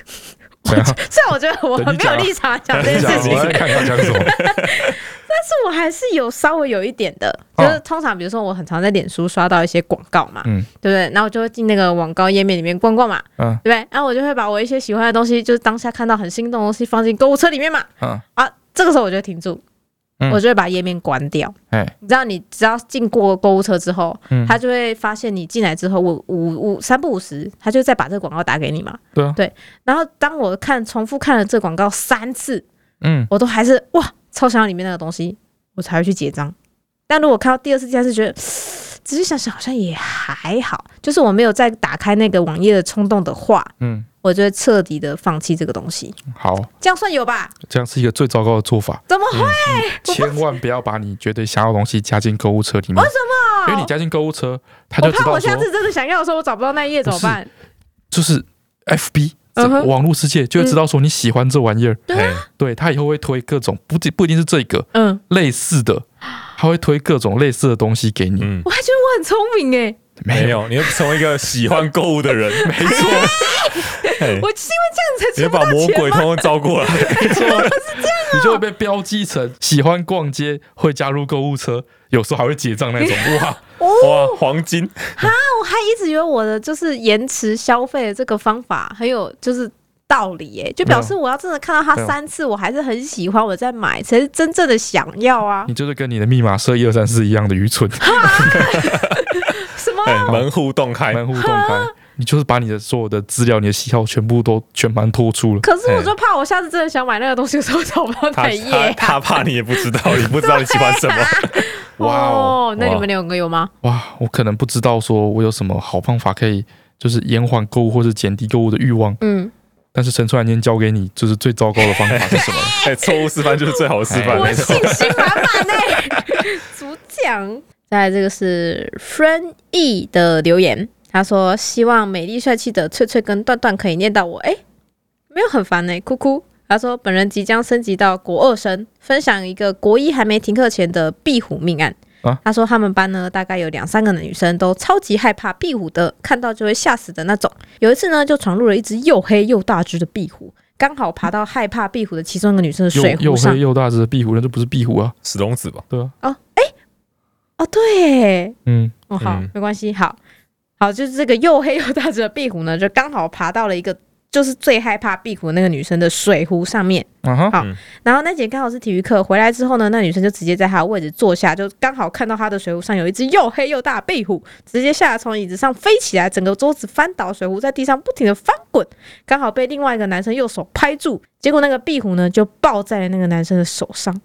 Speaker 2: 怎 样？
Speaker 1: 虽然我觉得我
Speaker 2: 等你
Speaker 1: 没
Speaker 2: 讲
Speaker 1: 有
Speaker 2: 啊
Speaker 1: 立场讲这件
Speaker 2: 等一下
Speaker 1: 事情，
Speaker 2: 我来
Speaker 1: 但
Speaker 2: 看看讲哦什么，
Speaker 1: 是我还是有稍微有一点的，
Speaker 2: 哦
Speaker 1: 就是通常比如说我很常在脸书刷到一些广告嘛，
Speaker 2: 嗯
Speaker 1: 对不对？然后我就会进那个广告页面里面逛逛嘛，
Speaker 2: 嗯
Speaker 1: 对不对？然后我就会把我一些喜欢的东西，就是当下看到很心动的东西放进购物车里面嘛，
Speaker 2: 嗯，
Speaker 1: 啊，这个时候我就会停住，
Speaker 2: 嗯
Speaker 1: 我就会把页面关掉。
Speaker 2: 哎，
Speaker 1: 你知道，你只要进过购物车之后，
Speaker 2: 嗯
Speaker 1: 他就会发现你进来之后，我五五三不五十，他就再把这个广告打给你嘛。
Speaker 2: 对啊
Speaker 1: 对。然后当我看重复看了这广告三次，
Speaker 2: 嗯，
Speaker 1: 我都还是哇超想要里面那个东西，我才会去结账。但如果看到第二次、第三次，觉得仔细想想好像也还好，就是我没有再打开那个网页的冲动的话，
Speaker 2: 嗯，
Speaker 1: 我就会彻底的放弃这个东西。
Speaker 2: 好，
Speaker 1: 这样算有吧？
Speaker 2: 这样是一个最糟糕的做法，
Speaker 1: 怎么会？
Speaker 2: 千万不要把你绝对想要的东西加进购物车里面，为什么？因为你加进购物车，他
Speaker 1: 哦
Speaker 2: 就
Speaker 1: 我
Speaker 2: 知
Speaker 1: 怕
Speaker 2: 道
Speaker 1: 我下
Speaker 2: 说
Speaker 1: 次真的想要的时候，我找不到那一页怎么
Speaker 2: 不是
Speaker 1: 办？
Speaker 2: 就是 FB
Speaker 1: 嗯哼
Speaker 2: 网络世界就会知道说你喜欢这玩意儿，
Speaker 1: 对
Speaker 3: 哎，
Speaker 2: 对他以后会推各种不不一定是这个
Speaker 1: 嗯，
Speaker 2: 类似的，他会推各种类似的东西给你。
Speaker 3: 嗯
Speaker 1: 我，还觉得我很聪明哎，
Speaker 3: 没，有，你要成为一个喜欢购 物的人，没错。哎
Speaker 1: 我就是因为这
Speaker 3: 你要
Speaker 1: 样才存
Speaker 3: 把魔
Speaker 1: 不到
Speaker 3: 鬼
Speaker 1: 钱
Speaker 3: 通
Speaker 1: 吗？
Speaker 3: 通招过来，哎
Speaker 2: 你就会被标记成喜欢逛街，会加入购物车，有时候还会结账那种。哇，
Speaker 3: 哇，黄金！
Speaker 1: 那我还一直以为我的就是延迟消费的这个方法很有就是道理耶，就表示我要真的看到它
Speaker 2: 没有
Speaker 1: 三次，我还是很喜欢，我再买才是真正的想要啊
Speaker 2: 你！就是跟你的密码设一二三四一样的愚蠢，
Speaker 1: 什么？
Speaker 3: 哎，门户洞开，
Speaker 2: 哦门户洞开，你就是把你的所有的资料、你的喜好全部都全盘托出了。
Speaker 1: 可是我就怕我下次真的想买那个东西的时候找不到
Speaker 3: 他
Speaker 1: 哪一页啊、
Speaker 3: 他他怕你也不知道，你不知道你喜欢什 么。
Speaker 2: 啊哇哦
Speaker 1: 哦，那你们两个有吗？
Speaker 2: 哇，我可能不知道说我有什么好方法可以，就是延缓购物或是减低购物的欲望。
Speaker 1: 嗯，
Speaker 2: 但是陈川今天教给你，就是最糟糕的方法是 什么？
Speaker 3: 哎，错误示范就是最好的示
Speaker 2: 哎
Speaker 3: 范，哎
Speaker 6: 我
Speaker 3: 没错
Speaker 6: 信。心满满呢、 主讲
Speaker 1: 欸再来这个是 Friend E 的留言，他说希望美丽帅气的翠翠跟段段可以念到我，哎、没有很烦呢、欸哭哭。他说本人即将升级到国二生，分享一个国一还没停课前的壁虎命案。
Speaker 2: 啊
Speaker 1: 他说他们班呢，大概有两三个女生都超级害怕壁虎的，看到就会吓死的那种。有一次呢，就闯入了一只又黑又大只的壁虎，刚好爬到害怕壁虎的其中一个女生的水
Speaker 2: 又
Speaker 1: 壶
Speaker 2: 又
Speaker 1: 上
Speaker 2: 黑。又大只的壁虎，那就不是壁虎啊，
Speaker 3: 石龙子吧，
Speaker 2: 对啊，
Speaker 1: 哦，对耶，
Speaker 2: 嗯，
Speaker 1: 哦，好
Speaker 3: 嗯，
Speaker 1: 没关系，好，好，就是这个又黑又大只的壁虎呢，就刚好爬到了一个就是最害怕壁虎的那个女生的水壶上面。
Speaker 2: 啊哈，
Speaker 1: 然后那节刚好是体育课，回来之后呢，那女生就直接在她的位置坐下，就刚好看到她的水壶上有一只又黑又大的壁虎，直接吓得从椅子上飞起来，整个桌子翻倒，水壶在地上不停的翻滚，刚好被另外一个男生右手拍住，结果那个壁虎呢就抱在了那个男生的手上。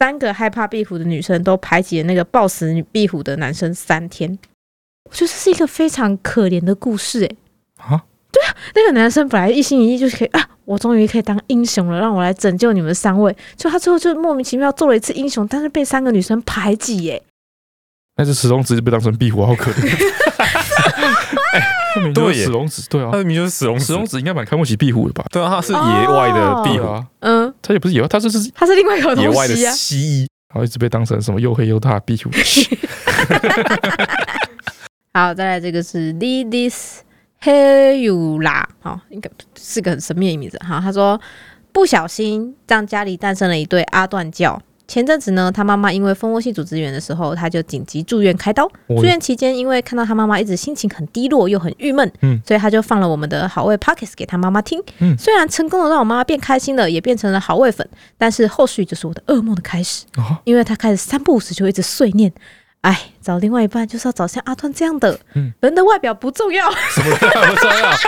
Speaker 1: 三个害怕壁虎的女生都排挤了那个抱死女壁虎的男生三天，我觉得这是一个非常可怜的故事诶、
Speaker 2: 啊，
Speaker 1: 那个男生本来一心一意就是可以啊，我终于可以当英雄了，让我来拯救你们三位。就他最后就莫名其妙做了一次英雄，但是被三个女生排挤耶。
Speaker 2: 那只石龙子被当成壁虎，啊好可怜。那名
Speaker 3: 对
Speaker 2: 对
Speaker 3: 耶
Speaker 2: 石龙子，对啊
Speaker 3: 他，的名就是石龙
Speaker 2: 石
Speaker 3: 子
Speaker 2: 龙，子应该蛮看不起壁虎的吧？
Speaker 3: 对啊，他是野外的壁
Speaker 2: 对
Speaker 3: 虎，
Speaker 2: 啊，
Speaker 1: 嗯，
Speaker 2: 它也不是野外，它就是
Speaker 1: 他是另外一个
Speaker 3: 野
Speaker 1: 东
Speaker 3: 外的
Speaker 1: 西啊。
Speaker 3: 蜥蜴。
Speaker 2: 然后一直被当成什么又黑又大的壁 虎。
Speaker 1: 好，再来这个是 Ladies Heyula，好，应该是个很神秘的名字。好，他说不小心让家里诞生了一对阿段教。前阵子呢，他妈妈因为蜂窝性组织炎的时候，他就紧急住院开刀。
Speaker 2: 我
Speaker 1: 住院期间，因为看到他妈妈一直心情很低落又很郁闷，
Speaker 2: 嗯
Speaker 1: 所以他就放了我们的好味 Pockets 给他妈妈听。
Speaker 2: 嗯
Speaker 1: 虽然成功的让我妈妈变开心了，也变成了好味粉，但是后续就是我的噩梦的开始，
Speaker 2: 啊
Speaker 1: 因为他开始三不五时就一直碎念。哎，找另外一半就是要找像阿段这样的，
Speaker 2: 嗯
Speaker 1: 人的外表不重要，
Speaker 2: 什么我操啊！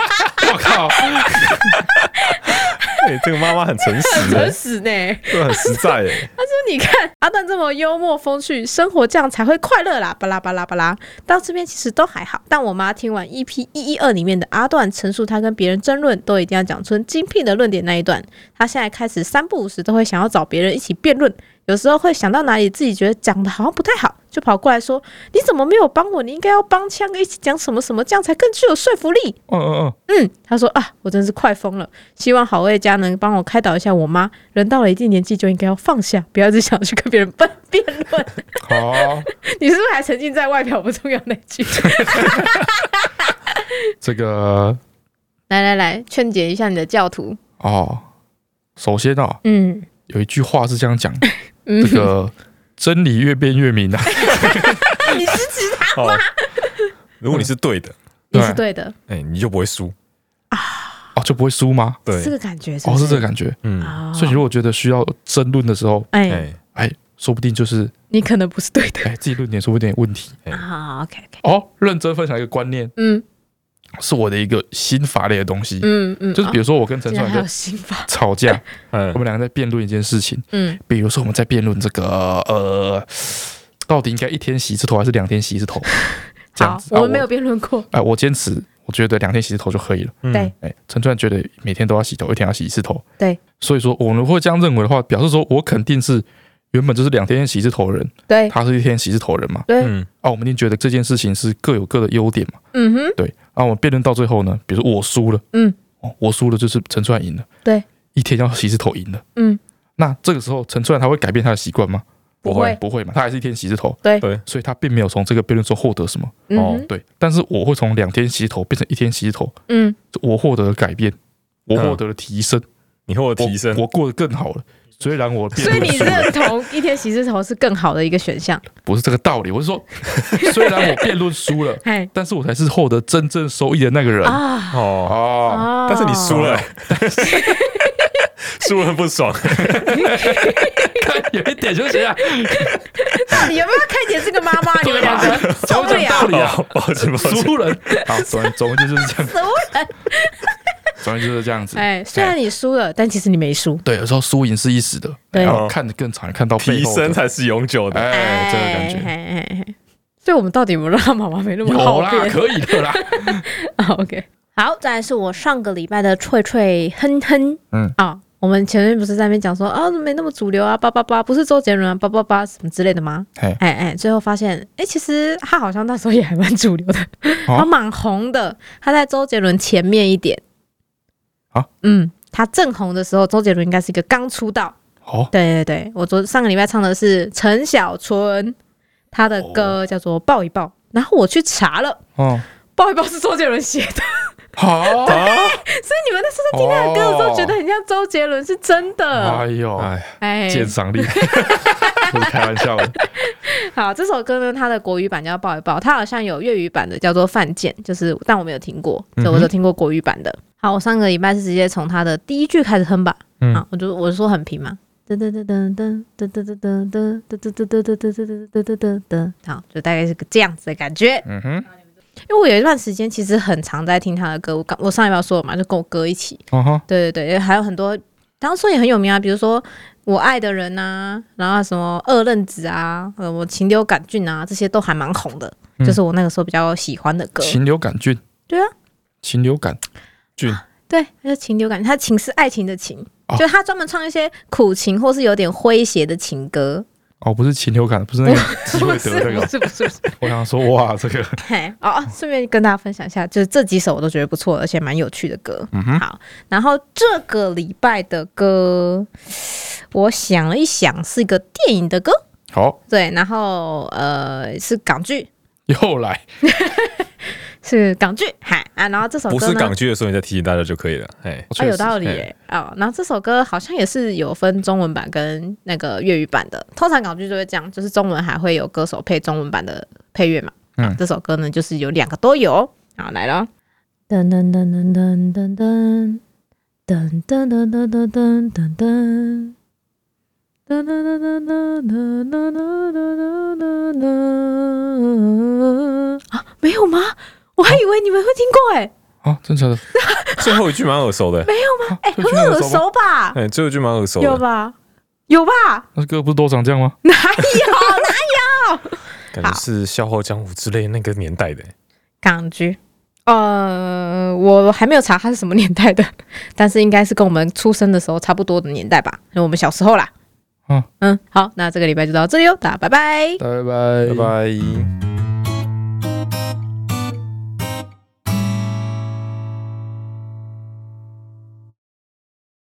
Speaker 2: 我靠！
Speaker 3: 哎，这个妈妈很诚实，
Speaker 1: 真
Speaker 3: 哎
Speaker 1: 实欸呢。
Speaker 3: 对很实在，哎，
Speaker 1: 你看阿段这么幽默风趣，生活这样才会快乐啦！巴拉巴拉巴拉。到这边其实都还好，但我妈听完 EP 一一二里面的阿段陈述他跟别人争论，都一定要讲出精辟的论点那一段。她现在开始三不五时都会想要找别人一起辩论，有时候会想到哪里自己觉得讲的好像不太好，就跑过来说：“你怎么没有帮我？你应该要帮枪哥一起讲什么什么，这样才更具有说服力。”
Speaker 2: 嗯嗯嗯，
Speaker 1: 嗯，他说啊，我真是快疯了，希望好味家能帮我开导一下我妈。人到了一定年纪就应该要放下，不要一直想去跟别人辩辩论。
Speaker 2: 好，
Speaker 1: 你是不是还沉浸在外表不重要那句？
Speaker 2: 这个
Speaker 1: 来来来，劝解一下你的教徒。
Speaker 2: 哦，首先啊，
Speaker 1: 嗯
Speaker 2: 有一句话是这样讲，
Speaker 1: 嗯
Speaker 2: 这个真理越辩 越明啊。
Speaker 1: 哎你是指
Speaker 3: 哦，如果你是对的，
Speaker 1: 你是对的，
Speaker 3: 哎，你就不会输。
Speaker 2: 哦，就不会输吗？
Speaker 1: 是这
Speaker 3: 对，
Speaker 1: 个感觉是
Speaker 2: 哦，
Speaker 1: 不
Speaker 2: 是
Speaker 1: 是
Speaker 2: 这个感觉。
Speaker 3: 嗯，
Speaker 1: 啊
Speaker 2: 所以如果觉得需要争论的时候，
Speaker 1: 哎、
Speaker 3: 哎，
Speaker 2: 哎，说不定就是
Speaker 1: 你可能不是对的
Speaker 2: 哎自己论点说不定有问题。
Speaker 3: 哎
Speaker 1: 啊。OK OK，
Speaker 2: 哦，认真分享一个观念，
Speaker 1: 嗯
Speaker 2: 是我的一个新法类的东西。
Speaker 1: 嗯嗯，
Speaker 2: 就是比
Speaker 1: 如
Speaker 2: 如说我跟陈
Speaker 1: 竟
Speaker 2: 川
Speaker 1: 然还有
Speaker 2: 就
Speaker 1: 心法，
Speaker 2: 吵架，
Speaker 3: 嗯
Speaker 2: 我们两个在辩论一件事情，
Speaker 1: 嗯
Speaker 2: 比如说我们在辩论这个呃，到底应该一天洗一次头还是两天洗一次 头？这样
Speaker 1: 好，
Speaker 2: 子，
Speaker 1: 我
Speaker 2: 啊
Speaker 1: 们没有辩论过，
Speaker 2: 哎、我坚持，我觉得两天洗一次头就可以了。
Speaker 3: 嗯
Speaker 1: 对
Speaker 2: 哎、陈川觉得每天都要洗头，一天要洗一次头。
Speaker 1: 对，
Speaker 2: 所以说我们会这样认为的话，表示说我肯定是原本就是两天洗一次头的人，
Speaker 1: 对
Speaker 2: 他是一天洗一次头的人嘛。
Speaker 1: 对，
Speaker 3: 嗯，
Speaker 2: 啊，我们一定觉得这件事情是各有各的优点嘛。
Speaker 1: 嗯哼，
Speaker 2: 对，啊，我们辩论到最后呢，比如说我输了，
Speaker 1: 嗯，
Speaker 2: 哦，我输了就是陈川赢了。
Speaker 1: 对，
Speaker 2: 一天要洗一次头赢了。
Speaker 1: 嗯，
Speaker 2: 那这个时候陈川他会改变他的习惯吗？
Speaker 1: 不会
Speaker 2: 不会嘛，他还是一天洗一次头。
Speaker 1: 对
Speaker 3: 对
Speaker 2: 所以他并没有从这个辩论中获得什么。
Speaker 1: 嗯
Speaker 3: 哦
Speaker 1: 哼
Speaker 2: 对，但是我会从两天洗头变成一天洗头，
Speaker 1: 嗯，
Speaker 2: 我获得了改变，我获得了提升，
Speaker 3: 你获
Speaker 2: 嗯
Speaker 3: 得提升
Speaker 2: 我，我过得更好了。虽然我 辩
Speaker 1: 所以
Speaker 2: 论
Speaker 1: 你
Speaker 2: 输了，
Speaker 1: 认同一天洗一次头是更好的一个选项？
Speaker 2: 不是这个道理，我是说， 虽然我辩论输了，
Speaker 1: 嘿
Speaker 2: 但是我才是获得真正收益的那个人。
Speaker 1: 啊
Speaker 3: 哦，
Speaker 2: 哦，
Speaker 1: 啊
Speaker 3: 但是你输了，欸输了很不爽。
Speaker 2: 有一点就是 这样，
Speaker 1: 到底有没有看点这个妈 妈？你们两个受不
Speaker 2: 讲道
Speaker 1: 了，
Speaker 2: 理啊，
Speaker 3: 哦抱歉抱歉，
Speaker 2: 输人。好，总总之就是这样，
Speaker 1: 死我！
Speaker 2: 总之就是这样子。
Speaker 1: 哎，虽然你输了，但其实你没输。
Speaker 2: 对，有时候输赢是一时的，
Speaker 1: 对
Speaker 2: 然后看得更长，看到背
Speaker 3: 提
Speaker 2: 后的
Speaker 3: 升才是永久的。
Speaker 2: 哎，这个感觉。
Speaker 1: 哎觉。所以我们到底有没有让妈妈没那么
Speaker 2: 有
Speaker 1: 好
Speaker 2: 啦，
Speaker 1: 变
Speaker 2: 可以的啦。
Speaker 1: 啊？OK，好，再来是我上个礼拜的脆脆哼哼，
Speaker 2: 嗯
Speaker 1: 啊、我们前面不是在那边讲说啊，没那么主流啊，叭叭叭，不是周杰伦啊，叭叭叭什么之类的吗？
Speaker 2: 嘿
Speaker 1: 哎哎，最后发现，哎、其实他好像那时候也还蛮主流的，
Speaker 2: 哦
Speaker 1: 他蛮红的，他在周杰伦前面一点。
Speaker 2: 啊，
Speaker 1: 嗯，他正红的时候，周杰伦应该是一个刚出道。
Speaker 2: 哦，
Speaker 1: 对对对，我昨上个礼拜唱的是陈小春，他的歌叫做《抱一抱》，然后我去查了，
Speaker 2: 哦，
Speaker 1: 《抱一抱》是周杰伦写的。
Speaker 2: 好，哦
Speaker 1: 你们那时候在听那个歌的时候，觉得很像周杰伦，是真的。
Speaker 2: 哎呦，
Speaker 3: 哎，
Speaker 1: 哎，
Speaker 2: 鉴赏力，不是开玩笑的，
Speaker 1: 好，这首歌呢，它的国语版叫《抱一抱》，它好像有粤语版的叫做《犯贱》，就是但我没有听过，所以我
Speaker 3: 嗯
Speaker 1: 只
Speaker 3: 哼
Speaker 1: 听过国语版的。好，我上个礼拜是直接从它的第一句开始哼吧。
Speaker 3: 嗯
Speaker 1: 好，我就我说很平嘛。噔噔噔噔噔噔噔噔噔噔噔噔噔噔噔噔噔噔噔噔，好，就大概是个这样子的感觉。
Speaker 2: 嗯哼，
Speaker 1: 因为我有一段时间其实很常在听他的歌，我刚我上一拜说了嘛，就跟我哥一起，
Speaker 2: 哦哈，
Speaker 1: 对对对，还有很多，当时也很有名啊，比如说我爱的人啊，然后什么二愣子啊，什么禽流感菌啊，这些都还蛮红的，
Speaker 2: 嗯
Speaker 1: 就是我那个时候比较喜欢的歌。
Speaker 2: 禽流感菌，
Speaker 1: 对啊，
Speaker 2: 禽流感菌，
Speaker 1: 对，它叫禽流感，它情是爱情的情，
Speaker 2: 哦
Speaker 1: 就他专门唱一些苦情或是有点诙谐的情歌。
Speaker 2: 哦，不是禽流感，不是那个 机
Speaker 1: 不
Speaker 2: 会
Speaker 1: 是
Speaker 2: 得哦那
Speaker 1: 不
Speaker 2: 个，
Speaker 1: 是不是不是，
Speaker 2: 我想说，哇，这个
Speaker 1: 嘿，哦，顺便跟大家分享一下，就是这几首我都觉得不错，而且蛮有趣的歌。
Speaker 3: 嗯哼，
Speaker 1: 好，然后这个礼拜的歌，我想了一想，是一个电影的歌。
Speaker 2: 好，
Speaker 1: 对，然后呃是港剧，
Speaker 2: 又来，
Speaker 1: 是港剧，嗨啊，然后这首歌
Speaker 3: 不
Speaker 1: 呢
Speaker 3: 是港剧的时候你再提醒大家就可以了，哎，
Speaker 1: 啊、有道
Speaker 2: 确实
Speaker 1: 理耶哦，然后这首歌好像也是有分中文版跟那个粤语版的，通常港剧就会这样，就是中文还会有歌手配中文版的配乐嘛，
Speaker 2: 嗯
Speaker 1: 啊这首歌呢就是有两个都有，好来咯。噔噔噔噔噔噔噔噔噔噔噔噔噔噔噔。噔噔噔噔噔噔噔噔噔噔啊，没有吗？我还以为你们会听过哎、
Speaker 2: 啊，真的假的，
Speaker 3: 最后一句蛮耳熟的，
Speaker 2: 啊
Speaker 1: 哎、
Speaker 2: 这
Speaker 1: 很
Speaker 2: 个禽流
Speaker 1: 耳
Speaker 2: 感吗
Speaker 1: 熟吧？
Speaker 3: 哎，最后一句蛮耳熟
Speaker 1: 有
Speaker 3: 的，
Speaker 1: 吧？有吧？
Speaker 2: 那歌不是都长这样吗？
Speaker 1: 哪有哪
Speaker 3: 感觉是《笑傲江湖》之类那个年代的，
Speaker 1: 港剧？呃，我还没有查它是什么年代的， 但是应该是跟我们出生的时候差不多的年代吧，就我们小时候啦。
Speaker 2: 嗯
Speaker 1: 嗯，好，那这个礼拜就到这里哦，大家拜拜。
Speaker 2: 拜拜
Speaker 3: 拜拜。